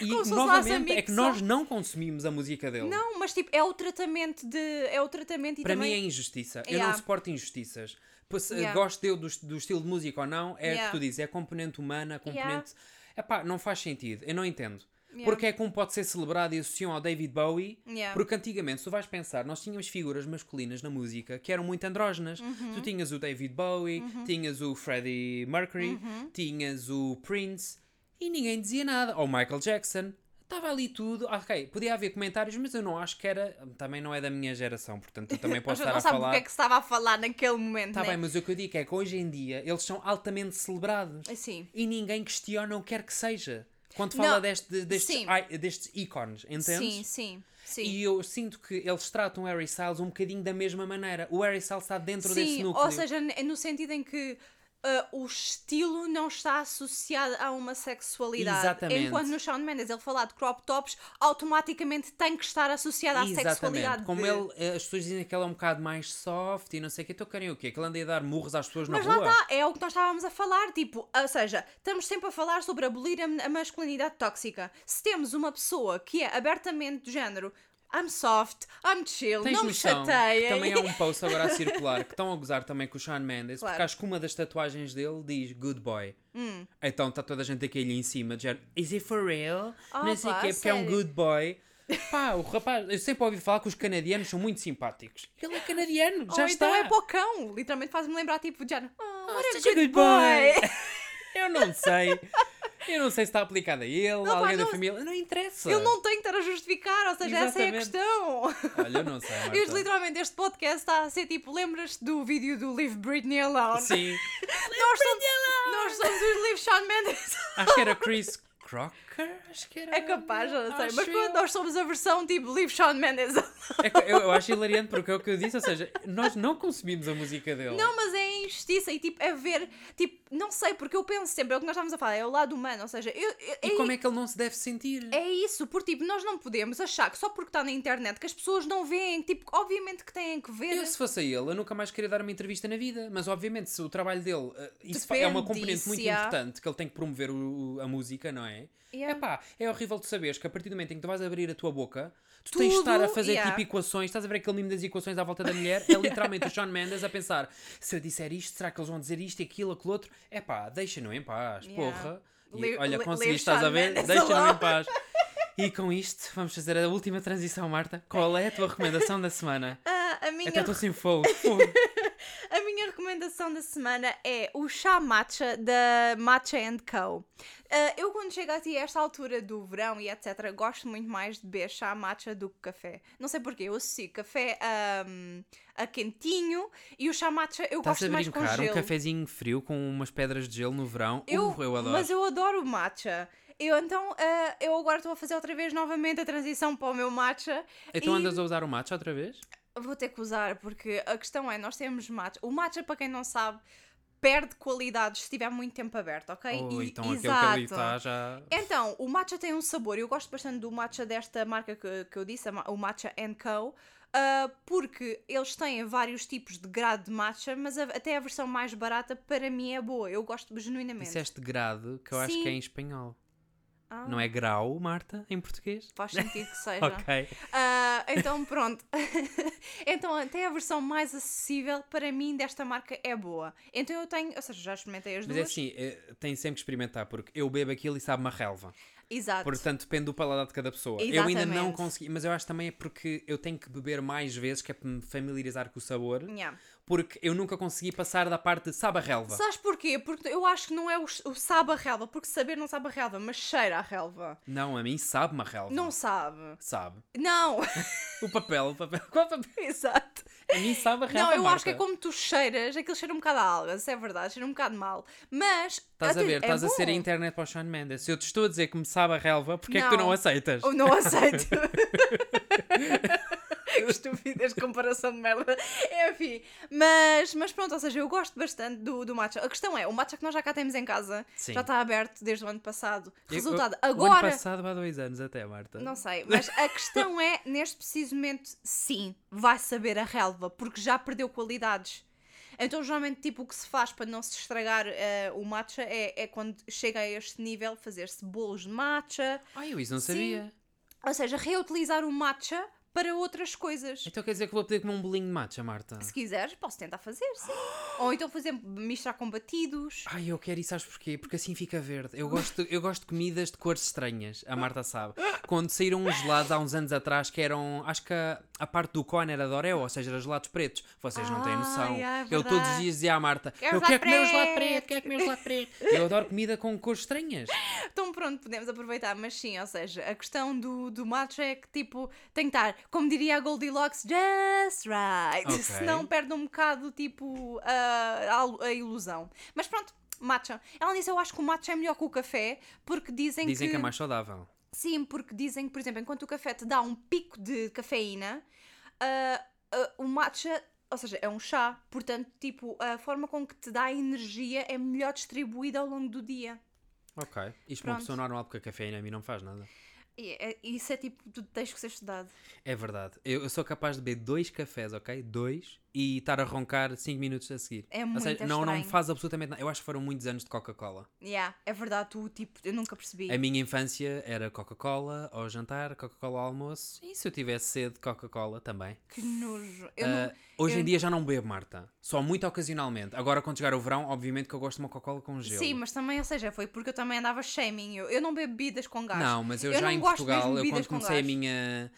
Speaker 2: Como se fosse nosso
Speaker 1: novamente
Speaker 2: amigo
Speaker 1: é que
Speaker 2: só.
Speaker 1: nós não consumimos a música dele.
Speaker 2: Não, mas tipo, é o tratamento de... É o tratamento e
Speaker 1: Para
Speaker 2: também...
Speaker 1: mim é injustiça. Eu
Speaker 2: Yeah.
Speaker 1: não suporto injustiças. Pois, se
Speaker 2: Yeah.
Speaker 1: Gosto eu do, do estilo de música ou não, é o que
Speaker 2: Yeah.
Speaker 1: tu dizes, é componente humana, componente. Epá, não faz sentido, eu não entendo.
Speaker 2: Yeah.
Speaker 1: Porque é que um pode ser celebrado e associam ao David Bowie?
Speaker 2: Yeah.
Speaker 1: Porque antigamente, se tu vais pensar, nós tínhamos figuras masculinas na música que eram muito andrógenas.
Speaker 2: Uhum.
Speaker 1: Tu tinhas o David Bowie, tinhas o Freddie Mercury,
Speaker 2: Uhum.
Speaker 1: tinhas o Prince e ninguém dizia nada. Ou Michael Jackson. Estava ali tudo, Ah, ok, podia haver comentários, mas eu não acho que era. Também não é da minha geração, portanto eu também
Speaker 2: A
Speaker 1: posso
Speaker 2: gente
Speaker 1: estar
Speaker 2: não
Speaker 1: a
Speaker 2: sabe o
Speaker 1: falar.
Speaker 2: que é que se estava a falar naquele momento,
Speaker 1: Está
Speaker 2: né?
Speaker 1: bem, mas o que eu digo é que hoje em dia eles são altamente celebrados
Speaker 2: Sim.
Speaker 1: e ninguém questiona o que quer que seja. Quando
Speaker 2: Não,
Speaker 1: fala deste, destes,
Speaker 2: sim.
Speaker 1: ai- destes ícones, entendes?
Speaker 2: Sim, sim, sim.
Speaker 1: E eu sinto que eles tratam o Harry Styles um bocadinho da mesma maneira. O Harry Styles está dentro desse núcleo.
Speaker 2: ou seja, n- no sentido em que ah, o estilo não está associado a uma sexualidade.
Speaker 1: Exatamente.
Speaker 2: Enquanto no Shawn Mendes ele falar de crop tops, automaticamente tem que estar associado à sexualidade.
Speaker 1: Como
Speaker 2: de-
Speaker 1: ele, eh, as pessoas dizem que ele é um bocado mais soft e não sei o que, então querem o quê? Que ele anda a dar murros às pessoas
Speaker 2: Mas
Speaker 1: na
Speaker 2: lá
Speaker 1: rua?
Speaker 2: está, é o que nós estávamos a falar, tipo, ou seja, estamos sempre a falar sobre abolir a, a masculinidade tóxica. Se temos uma pessoa que é abertamente do género I'm soft, I'm chill,
Speaker 1: Tens
Speaker 2: não me
Speaker 1: noção que
Speaker 2: chateia.
Speaker 1: também há um post agora a circular que estão a gozar também com o Sean Mendes, porque
Speaker 2: Claro. Hum.
Speaker 1: acho que uma das tatuagens dele diz good boy. Então está toda a gente aqui ali em cima, de género, is it for real?
Speaker 2: Ah,
Speaker 1: não sei o
Speaker 2: pá,
Speaker 1: quê,
Speaker 2: a
Speaker 1: porque é um
Speaker 2: sério?
Speaker 1: good boy. Pá, o rapaz, eu sempre ouvi falar que os canadianos são muito simpáticos. Ele é canadiano, já
Speaker 2: Ou
Speaker 1: está. Ah,
Speaker 2: então é pocão, literalmente faz-me lembrar, tipo, de género, oh, what a
Speaker 1: such a
Speaker 2: good,
Speaker 1: good
Speaker 2: boy.
Speaker 1: boy. Eu não sei. Eu não sei se está aplicado a ele, a
Speaker 2: pá,
Speaker 1: alguém da
Speaker 2: não-
Speaker 1: família. Não interessa.
Speaker 2: Ele não tem que estar a justificar, ou seja,
Speaker 1: Exatamente.
Speaker 2: essa é a questão.
Speaker 1: Olha, eu não sei.
Speaker 2: E
Speaker 1: Marta.
Speaker 2: literalmente este podcast está a ser tipo, lembras-te do vídeo do Leave Britney Alone?
Speaker 1: Sim.
Speaker 2: Nós somos, nós somos os Leave Shawn Mendes.
Speaker 1: Acho que era Chris Crocker. Acho que era.
Speaker 2: É capaz, já não sei.
Speaker 1: Acho
Speaker 2: Mas
Speaker 1: eu.
Speaker 2: pronto, nós somos a versão tipo Leave Shawn Mendes.
Speaker 1: É que eu, eu acho hilariante porque é o que eu disse, ou seja, nós não consumimos a música dele.
Speaker 2: Não, mas é injustiça e tipo, é ver, tipo, não sei, porque eu penso sempre, é o que nós estávamos a falar, é o lado humano, ou seja, eu, eu-
Speaker 1: E
Speaker 2: é
Speaker 1: como é que ele não se deve sentir?
Speaker 2: É isso, porque tipo, nós não podemos achar que só porque está na internet que as pessoas não veem, tipo, obviamente que têm que ver. né?
Speaker 1: Eu, se fosse a ele, eu nunca mais queria dar uma entrevista na vida, mas obviamente se o trabalho dele eh, isso fa- é uma
Speaker 2: Depende
Speaker 1: componente
Speaker 2: disso,
Speaker 1: muito
Speaker 2: yeah.
Speaker 1: importante que ele tem que promover o- o- a música, não é? É
Speaker 2: Yeah.
Speaker 1: Epá, é horrível tu saberes que a partir do momento em que tu vais abrir a tua boca, tu tens de estar a
Speaker 2: Tudo,
Speaker 1: fazer
Speaker 2: yeah.
Speaker 1: tipo equações, estás a ver aquele mimo das equações à volta da mulher, é literalmente o John Mendes a pensar, se eu disser isto, será que eles vão dizer isto, aquilo, aquilo outro? Epá, deixa-no em paz,
Speaker 2: Yeah.
Speaker 1: porra. E,
Speaker 2: Le-
Speaker 1: olha,
Speaker 2: le-
Speaker 1: conseguiste,
Speaker 2: leave
Speaker 1: estás a
Speaker 2: Shawn
Speaker 1: ver?
Speaker 2: Mendes
Speaker 1: Deixa-no em
Speaker 2: alone.
Speaker 1: paz. E com isto, vamos fazer a última transição, Marta. Qual é a tua recomendação da semana?
Speaker 2: Ah, a, minha,
Speaker 1: Até estou sem fogo. fogo.
Speaker 2: a minha recomendação da semana é o chá matcha da Matcha Co. Ah, eu quando chego aqui a esta altura do verão e etc, gosto muito mais de beber chá matcha do que café. Não sei porquê, eu associo café ahm, a quentinho e o chá matcha eu
Speaker 1: Estás a
Speaker 2: gosto mais com
Speaker 1: brincar?
Speaker 2: gelo.
Speaker 1: Um cafezinho frio com umas pedras de gelo no verão.
Speaker 2: Eu,
Speaker 1: Uh, eu adoro.
Speaker 2: Mas eu adoro matcha. Eu então, ah, eu agora estou a fazer outra vez novamente a transição para o meu matcha.
Speaker 1: Então
Speaker 2: e
Speaker 1: andas a usar o matcha outra vez?
Speaker 2: Vou ter que usar, porque a questão é, nós temos matcha. O matcha, para quem não sabe, perde qualidades se estiver muito tempo aberto, ok?
Speaker 1: Ou
Speaker 2: E-
Speaker 1: então aquele que ali está já.
Speaker 2: Então, o matcha tem um sabor. Eu gosto bastante do matcha desta marca que, que eu disse, a ma- o Matcha Co. ah, porque eles têm vários tipos de grade de matcha, mas a- até a versão mais barata para mim é boa. Eu gosto genuinamente.
Speaker 1: Disseste grado, que eu acho que é
Speaker 2: Sim.
Speaker 1: em espanhol.
Speaker 2: Ah,
Speaker 1: Não é grau, Marta, em português?
Speaker 2: Faz sentido que seja.
Speaker 1: Ok.
Speaker 2: Ah, então pronto. então até a versão mais acessível para mim desta marca é boa. Então eu tenho, ou seja, já experimentei as
Speaker 1: Mas é
Speaker 2: duas.
Speaker 1: assim, eh, tem sempre que experimentar, porque eu bebo aquilo e sabe-me a relva.
Speaker 2: Exato.
Speaker 1: Portanto, depende do paladar de cada pessoa. Eu ainda não
Speaker 2: Exatamente.
Speaker 1: consegui, mas eu acho também é porque eu tenho que beber mais vezes, que é para me familiarizar com o sabor,
Speaker 2: Yeah.
Speaker 1: porque eu nunca consegui passar da parte de sabe a relva.
Speaker 2: Sabes porquê? Porque eu acho que não é o, o sabe a relva, porque saber não sabe a relva, mas cheira a relva.
Speaker 1: Não, a mim sabe-me a relva.
Speaker 2: Não sabe.
Speaker 1: Sabe.
Speaker 2: Não,
Speaker 1: O papel, o papel. Qual papel?
Speaker 2: exato.
Speaker 1: A mim sabe a relva.
Speaker 2: Não, eu acho que é
Speaker 1: Marta.
Speaker 2: como tu cheiras, aquilo cheira um bocado a algas, isso é verdade, cheira um bocado mal. Mas.
Speaker 1: Estás a
Speaker 2: até-
Speaker 1: ver,
Speaker 2: é
Speaker 1: estás a ser a
Speaker 2: bom.
Speaker 1: internet para o Sean Mendes. Se eu te estou a dizer que me sabe a relva, porque é que tu não
Speaker 2: Não.
Speaker 1: aceitas?
Speaker 2: Eu não aceito. que estupidez comparação de merda. Enfim, mas, mas pronto, ou seja, eu gosto bastante do, do matcha. A questão é, o matcha que nós já cá temos em casa
Speaker 1: Sim.
Speaker 2: já está aberto desde o ano passado.
Speaker 1: Eu-
Speaker 2: Resultado,
Speaker 1: eu- O ano
Speaker 2: agora.
Speaker 1: passado há dois anos até, Marta.
Speaker 2: Não sei, mas a questão é, neste preciso momento, sim, vai saber a relva, porque já perdeu qualidades. Então, geralmente, tipo, o que se faz para não se estragar eh, o matcha é, é quando chega a este nível, fazer-se bolos de matcha,
Speaker 1: Ai, eu isso não
Speaker 2: Sim.
Speaker 1: sabia.
Speaker 2: ou seja, reutilizar o matcha para outras coisas.
Speaker 1: Então quer dizer que vou poder comer um bolinho de matcha, Marta?
Speaker 2: Se quiseres, posso tentar fazer, sim. Ou então fazer misturar com batidos.
Speaker 1: Ai, eu quero isso, sabes porquê? Porque assim fica verde. Eu gosto, eu gosto de comidas de cores estranhas, a Marta sabe. Quando saíram os gelados há uns anos atrás, que eram, acho que a, a parte do cone era de Oreo, ou seja, era gelados pretos. Vocês não têm
Speaker 2: Ai,
Speaker 1: noção.
Speaker 2: é
Speaker 1: eu todos os
Speaker 2: verdade.
Speaker 1: dias dizia à Marta:
Speaker 2: Quero
Speaker 1: Eu quero
Speaker 2: gelado
Speaker 1: comer um gelado
Speaker 2: preto."
Speaker 1: preto, quero comer um gelado preto. Eu adoro comida com cores estranhas.
Speaker 2: Então pronto, podemos aproveitar, mas sim, ou seja, a questão do, do matcha é que tipo, tem que estar, como diria a Goldilocks, just right.
Speaker 1: Ok.
Speaker 2: Senão perde um bocado tipo a, a- a ilusão. Mas pronto, matcha. Ela disse, eu acho que o matcha é melhor que o café, porque dizem,
Speaker 1: Dizem
Speaker 2: que...
Speaker 1: que é mais saudável.
Speaker 2: Sim, porque dizem que, por exemplo, enquanto o café te dá um pico de cafeína, ah, ah, o matcha, ou seja, é um chá, portanto, tipo, a forma com que te dá energia é melhor distribuída ao longo do dia.
Speaker 1: Ok. Isto para uma
Speaker 2: Pronto.
Speaker 1: pessoa normal, porque a cafeína a mim não faz nada.
Speaker 2: E é- isso é tipo, tu tens que ser estudado.
Speaker 1: É verdade. Eu, eu sou capaz de beber dois cafés, ok? Dois. E estar a roncar cinco minutos a seguir.
Speaker 2: É
Speaker 1: Ou
Speaker 2: muito
Speaker 1: seja, não, não me
Speaker 2: estranho.
Speaker 1: faz absolutamente nada. Eu acho que foram muitos anos de Coca-Cola.
Speaker 2: Yeah, é verdade, tu, tipo, eu nunca percebi.
Speaker 1: A minha infância era Coca-Cola ao jantar, Coca-Cola ao almoço. E se eu tivesse sede, Coca-Cola também.
Speaker 2: Que nojo. Eu
Speaker 1: Ah,
Speaker 2: não...
Speaker 1: hoje
Speaker 2: eu-
Speaker 1: em dia já não bebo, Marta. Só muito ocasionalmente. Agora, quando chegar o verão, obviamente que eu gosto de uma Coca-Cola com gelo.
Speaker 2: Sim, mas também, ou seja, foi porque eu também andava shaming. Eu, eu não bebo bebidas com gás.
Speaker 1: Não, mas eu, já
Speaker 2: não
Speaker 1: em
Speaker 2: gosto mesmo de
Speaker 1: Portugal, eu
Speaker 2: bebidas
Speaker 1: quando
Speaker 2: com
Speaker 1: comecei a
Speaker 2: gás.
Speaker 1: minha,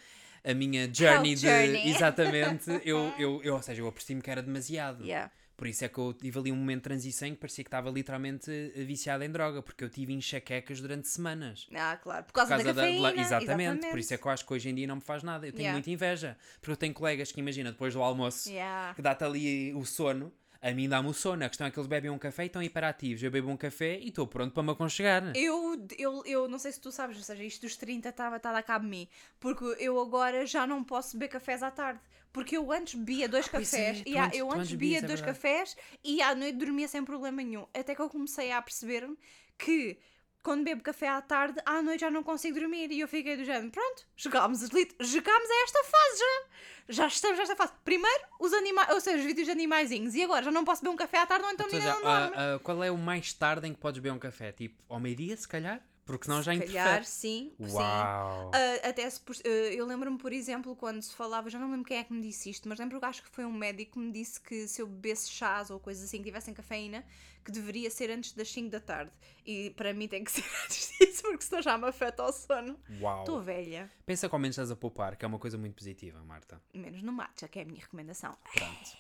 Speaker 1: a minha journey de.
Speaker 2: journey.
Speaker 1: Exatamente, eu, eu, eu, ou seja, eu apercebi-me que era demasiado.
Speaker 2: Yeah.
Speaker 1: Por isso é que eu tive ali um momento de transição em que parecia que estava literalmente eh, viciada em droga, porque eu tive enxaquecas durante semanas.
Speaker 2: Ah, claro. Por causa, da
Speaker 1: de lá-
Speaker 2: cafeína.
Speaker 1: exatamente. por isso é que eu acho que hoje em dia não me faz nada. Eu tenho
Speaker 2: Yeah.
Speaker 1: muita inveja, porque eu tenho colegas que, imagina, depois do almoço,
Speaker 2: Yeah.
Speaker 1: que dá-te ali o sono, a mim dá-me o sono. A questão é que eles bebem um café e estão hiperativos. Eu bebo um café e estou pronto para me aconchegar.
Speaker 2: Eu, eu, eu não sei se tu sabes, ou seja, isto dos 30 estava tá, a dar cabo de mim, porque eu agora já não posso beber cafés à tarde. Porque eu antes bebia dois
Speaker 1: pois
Speaker 2: cafés,
Speaker 1: é, tu
Speaker 2: e há-
Speaker 1: antes-
Speaker 2: eu
Speaker 1: tu
Speaker 2: antes
Speaker 1: antes bebias,
Speaker 2: bebia
Speaker 1: é
Speaker 2: dois
Speaker 1: verdade.
Speaker 2: cafés e à noite dormia sem problema nenhum. Até que eu comecei a perceber-me que quando bebo café à tarde, à noite já não consigo dormir. E eu fiquei do género, pronto, chegámos, lit- chegámos a esta fase já. Já estamos nesta fase. Primeiro, os animais, ou seja, os vídeos de animaizinhos. E agora, já não posso beber um café à tarde ou então
Speaker 1: Ou
Speaker 2: nem
Speaker 1: seja,
Speaker 2: não
Speaker 1: ah,
Speaker 2: dorme.
Speaker 1: ah, qual é o mais tarde em que podes beber um café? Tipo, ao meio-dia, se calhar? Porque senão já
Speaker 2: Se calhar,
Speaker 1: interfere.
Speaker 2: sim. sim.
Speaker 1: Uau!
Speaker 2: Ah, até se por- ah, eu lembro-me, por exemplo, quando se falava, já não lembro quem é que me disse isto, mas lembro que acho que foi um médico que me disse que se eu bebesse chás ou coisas assim que tivessem cafeína, que deveria ser antes das 5 da tarde. E para mim tem que ser antes disso, porque senão já me afeta o sono.
Speaker 1: Uau!
Speaker 2: Estou velha.
Speaker 1: Pensa que ao menos estás a poupar, que é uma coisa muito positiva, Marta.
Speaker 2: Menos no matcha, que é a minha recomendação.
Speaker 1: Pronto.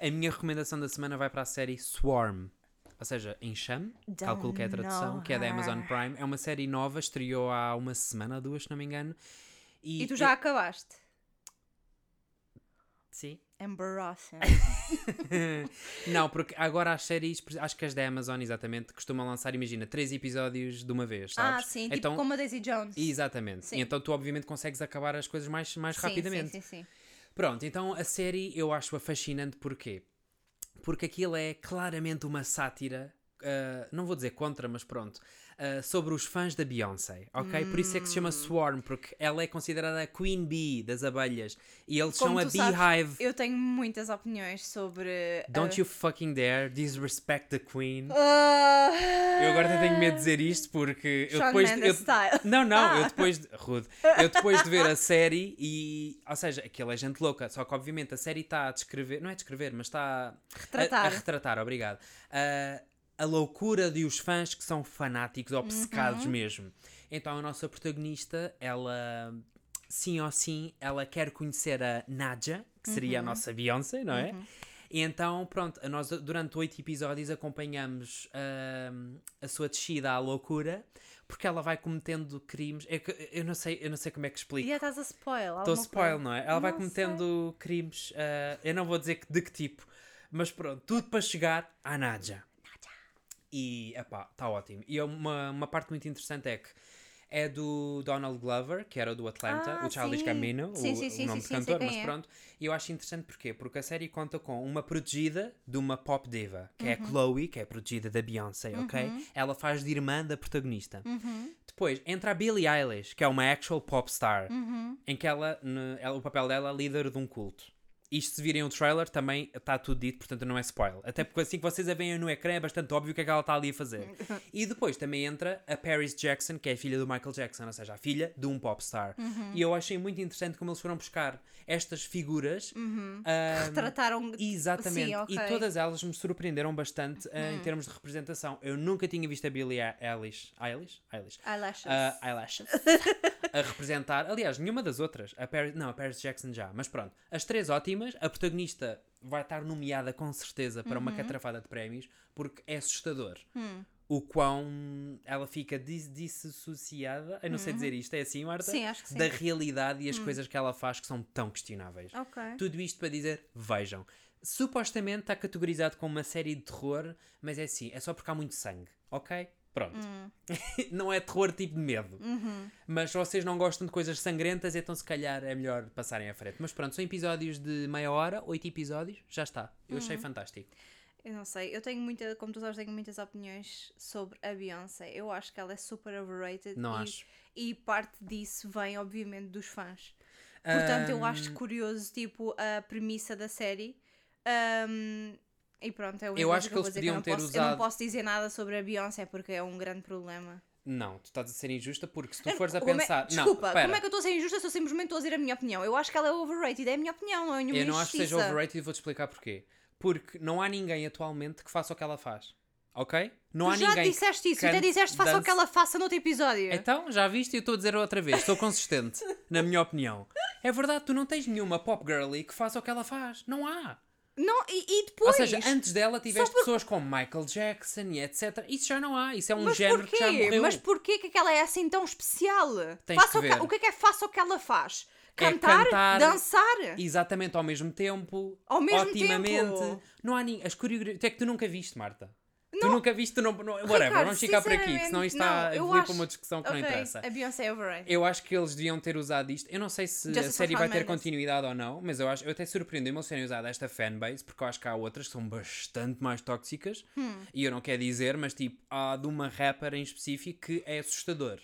Speaker 1: A minha recomendação da semana vai para a série Swarm. Ou seja, Enxame,
Speaker 2: Don't
Speaker 1: calculo que é a tradução,
Speaker 2: know
Speaker 1: que é da Amazon
Speaker 2: her.
Speaker 1: Prime. É uma série nova, estreou há uma semana, duas, se não me engano.
Speaker 2: E, tu já
Speaker 1: eu-
Speaker 2: acabaste.
Speaker 1: Sim.
Speaker 2: Embarrassing.
Speaker 1: não, porque agora as séries, acho que as da Amazon, exatamente, costumam lançar, imagina, três episódios de uma vez,
Speaker 2: ah,
Speaker 1: sabes? Então
Speaker 2: sim, tipo como a Daisy Jones.
Speaker 1: Exatamente.
Speaker 2: Sim.
Speaker 1: E então tu, obviamente, consegues acabar as coisas mais, mais
Speaker 2: Sim,
Speaker 1: rapidamente.
Speaker 2: Sim, sim, sim.
Speaker 1: Pronto, então a série eu acho-a fascinante porquê? Porque aquilo é claramente uma sátira, ah, não vou dizer contra, mas pronto, ah, sobre os fãs da Beyoncé, ok? Por isso é que se
Speaker 2: Hum.
Speaker 1: chama Swarm, porque ela é considerada a Queen Bee das abelhas e eles são
Speaker 2: Como
Speaker 1: a
Speaker 2: tu sabes, é.
Speaker 1: Beehive.
Speaker 2: eu tenho muitas opiniões sobre.
Speaker 1: Don't you fucking dare disrespect the Queen.
Speaker 2: Ah.
Speaker 1: Eu agora até tenho medo de dizer isto porque eu
Speaker 2: Shawn
Speaker 1: depois.
Speaker 2: Mendes
Speaker 1: eu-
Speaker 2: style.
Speaker 1: Não, não, eu
Speaker 2: Ah.
Speaker 1: depois. De... Rude. Eu depois de ver a série e. Ou seja, aquilo é gente louca, só que obviamente a série está a descrever. Não é descrever, mas está. a-
Speaker 2: Retratar.
Speaker 1: A, retratar, obrigado. A, a loucura de os fãs que são fanáticos, obcecados
Speaker 2: Uhum.
Speaker 1: mesmo. Então a nossa protagonista, ela. Sim ou sim, ela quer conhecer a Nadja, que
Speaker 2: Uhum.
Speaker 1: seria a nossa Beyoncé, não é? E então, pronto, nós durante oito episódios acompanhamos ahm, a sua descida à loucura, porque ela vai cometendo crimes. É que Eu, não, sei, eu não sei como é que explico.
Speaker 2: Já estás a spoil.
Speaker 1: Estou
Speaker 2: alguma
Speaker 1: spoil,
Speaker 2: coisa.
Speaker 1: não é? Ela vai
Speaker 2: Não
Speaker 1: cometendo crimes, ah, eu não vou dizer que- de que tipo, mas pronto, tudo para chegar à Nadja. E, epá, está ótimo. E é uma, uma parte muito interessante é que é do Donald Glover, que era do Atlanta,
Speaker 2: Ah,
Speaker 1: o Childish
Speaker 2: sim.
Speaker 1: Gambino,
Speaker 2: Sim,
Speaker 1: o,
Speaker 2: sim, sim,
Speaker 1: o nome do
Speaker 2: sim, sim, sei
Speaker 1: cantor,
Speaker 2: quem
Speaker 1: mas
Speaker 2: é.
Speaker 1: pronto. E eu acho interessante porquê? Porque a série conta com uma protegida de uma pop diva, que é
Speaker 2: Uhum.
Speaker 1: a Chloe, que é a protegida da Beyoncé, ok? Ela faz de irmã da protagonista.
Speaker 2: Uhum.
Speaker 1: Depois entra a Billie Eilish, que é uma actual pop star,
Speaker 2: Uhum.
Speaker 1: em que ela, ne- ela- o papel dela é líder de um culto. Isto, se virem o trailer, também está tudo dito, portanto não é spoiler. Até porque assim que vocês a veem no ecrã é bastante óbvio o que é que ela está ali a fazer. E depois também entra a Paris Jackson, que é a filha do Michael Jackson, ou seja, a filha de um popstar. E eu achei muito interessante como eles foram buscar estas figuras. ah,
Speaker 2: Retrataram.
Speaker 1: Exatamente,
Speaker 2: Uhum. Sim, ok. Uhum.
Speaker 1: e todas elas me surpreenderam bastante ah, em termos de representação. Eu nunca tinha visto a Billie Eilish, Eilish? Eilish.
Speaker 2: Eyelashes.
Speaker 1: Ah, eyelashes. a representar, aliás, nenhuma das outras. A Paris, não, a Paris Jackson já, mas pronto. As três ótimas, a protagonista vai estar nomeada com certeza para uma catrafada de prémios, porque é assustador. O quão ela fica dis- dissociada, eu não sei dizer isto, é assim, Marta?
Speaker 2: Sim, acho que sim.
Speaker 1: Da realidade e as coisas que ela faz que são tão questionáveis.
Speaker 2: Ok.
Speaker 1: Tudo isto para dizer, vejam. Supostamente está categorizado como uma série de terror, mas é assim, é só porque há muito sangue, ok? Pronto.
Speaker 2: Hum.
Speaker 1: não é terror tipo de medo.
Speaker 2: Uhum.
Speaker 1: Mas se vocês não gostam de coisas sangrentas, então se calhar é melhor passarem à frente. Mas pronto, são episódios de meia hora, oito episódios, já está. Eu achei
Speaker 2: Uhum.
Speaker 1: fantástico.
Speaker 2: Eu não sei, eu tenho muita, como tu sabes, tenho muitas opiniões sobre a Beyoncé. Eu acho que ela é super overrated.
Speaker 1: Não
Speaker 2: e,
Speaker 1: acho.
Speaker 2: E parte disso vem, obviamente, dos fãs. Portanto, eu
Speaker 1: Ah,
Speaker 2: acho curioso, tipo, a premissa da série. Ahm, e pronto, é o
Speaker 1: Eu acho que
Speaker 2: eu, vou
Speaker 1: eles
Speaker 2: dizer
Speaker 1: podiam
Speaker 2: eu não
Speaker 1: ter
Speaker 2: posso, Eu
Speaker 1: usado-
Speaker 2: não posso dizer nada sobre a Beyoncé porque é um grande problema.
Speaker 1: Não, tu estás a ser injusta porque se tu fores a
Speaker 2: Como é-
Speaker 1: pensar.
Speaker 2: Desculpa,
Speaker 1: não, pera.
Speaker 2: como é que eu estou a ser injusta se eu simplesmente estou a dizer a minha opinião? Eu acho que ela é overrated, é a minha opinião, não é nenhuma
Speaker 1: Eu não acho que seja
Speaker 2: injustiça.
Speaker 1: overrated e vou-te explicar porquê. Porque não há ninguém atualmente que faça o que ela faz. Ok? Não há
Speaker 2: Tu já
Speaker 1: ninguém. que
Speaker 2: disseste isso, até
Speaker 1: cante,
Speaker 2: disseste faça o
Speaker 1: dance.
Speaker 2: que ela faça no outro episódio.
Speaker 1: Então, já viste e eu estou a dizer outra vez. Estou consistente, na minha opinião. É verdade, tu não tens nenhuma pop girly que faça o que ela faz. Não há.
Speaker 2: Não, e, e depois.
Speaker 1: Ou seja, antes dela tiveste
Speaker 2: por-
Speaker 1: pessoas como Michael Jackson e etc. Isso já não há. Isso é um
Speaker 2: mas
Speaker 1: género que já
Speaker 2: porquê?
Speaker 1: morreu.
Speaker 2: Mas porquê que ela é assim tão especial?
Speaker 1: Tens
Speaker 2: Faça
Speaker 1: que
Speaker 2: o, que,
Speaker 1: ver. é
Speaker 2: o que é que é faça o que ela faz? Cantar,
Speaker 1: cantar-
Speaker 2: dançar?
Speaker 1: Exatamente ao mesmo tempo.
Speaker 2: Ao mesmo
Speaker 1: otimamente.
Speaker 2: tempo.
Speaker 1: Não há ninguém. As coreografias. É que tu nunca viste, Marta. Tu nunca viste, tu não. não whatever,
Speaker 2: Ricardo,
Speaker 1: vamos ficar por aqui, que
Speaker 2: sinceramente,
Speaker 1: senão isto está
Speaker 2: não,
Speaker 1: a
Speaker 2: eu
Speaker 1: evoluir
Speaker 2: acho-
Speaker 1: para uma discussão que
Speaker 2: Ok,
Speaker 1: não interessa.
Speaker 2: A Beyoncé é overrated.
Speaker 1: Eu acho que eles deviam ter usado isto. Eu não sei se
Speaker 2: Justice
Speaker 1: a
Speaker 2: for
Speaker 1: série
Speaker 2: Shawn
Speaker 1: vai ter
Speaker 2: Mendes.
Speaker 1: continuidade ou não, mas eu acho eu até surpreendo eles terem usado esta fanbase, porque eu acho que há outras que são bastante mais tóxicas.
Speaker 2: Hum.
Speaker 1: E eu não quero dizer, mas tipo, há de uma rapper em específico que é assustador.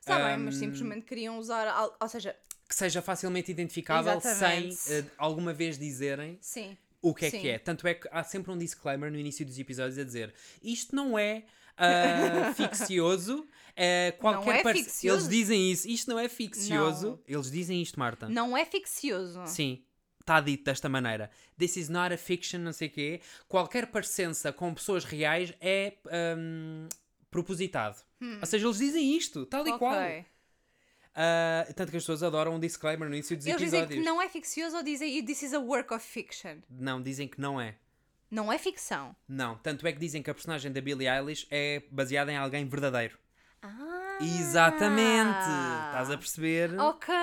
Speaker 2: Está bem,
Speaker 1: Hum.
Speaker 2: mas simplesmente queriam usar. al- Ou seja,
Speaker 1: Que seja facilmente identificável
Speaker 2: Exatamente.
Speaker 1: sem eh, alguma vez dizerem
Speaker 2: sim.
Speaker 1: o que é
Speaker 2: Sim.
Speaker 1: que é. Tanto é que há sempre um disclaimer no início dos episódios a dizer isto não é ah, ficcioso. é qualquer
Speaker 2: é
Speaker 1: parce-
Speaker 2: ficcioso.
Speaker 1: Eles dizem isso. Isto não é ficcioso. Eles dizem isto, Marta.
Speaker 2: Não é ficcioso.
Speaker 1: Sim, está dito desta maneira. This is not a fiction, não sei o quê. Qualquer parecença com pessoas reais é hum, propositado. Ou seja, eles dizem isto, tal e
Speaker 2: Hum. Ok.
Speaker 1: qual. Ah, tanto que as pessoas adoram um disclaimer no início dos
Speaker 2: Eles dizem
Speaker 1: episódios.
Speaker 2: que não é ficcioso ou dizem this is a work of fiction.
Speaker 1: Não, dizem que não é.
Speaker 2: Não é ficção.
Speaker 1: Não, tanto é que dizem que a personagem da Billie Eilish é baseada em alguém verdadeiro.
Speaker 2: Ah,
Speaker 1: Exatamente! Estás a perceber?
Speaker 2: Ok!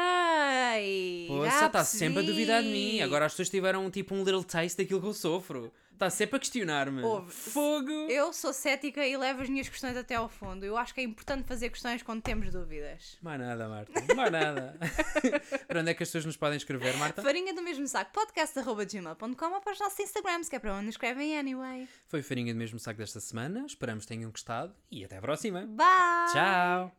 Speaker 2: Ei!
Speaker 1: Poxa,
Speaker 2: já
Speaker 1: está sempre a
Speaker 2: percebi.
Speaker 1: duvidar de mim. Agora as pessoas tiveram tipo um little taste daquilo que eu sofro. Está sempre a questionar-me.
Speaker 2: Ouve, se-
Speaker 1: Fogo!
Speaker 2: Eu sou cética e levo as minhas questões até ao fundo. Eu acho que é importante fazer questões quando temos dúvidas.
Speaker 1: Mais nada, Marta. Mais nada. Para onde é que as pessoas nos podem escrever, Marta?
Speaker 2: Farinha do mesmo saco, podcast.gmail.com ou para os nossos Instagrams, que é para onde nos escrevem anyway.
Speaker 1: Foi o Farinha do mesmo saco desta semana. Esperamos que tenham gostado e até à próxima.
Speaker 2: Bye!
Speaker 1: Tchau!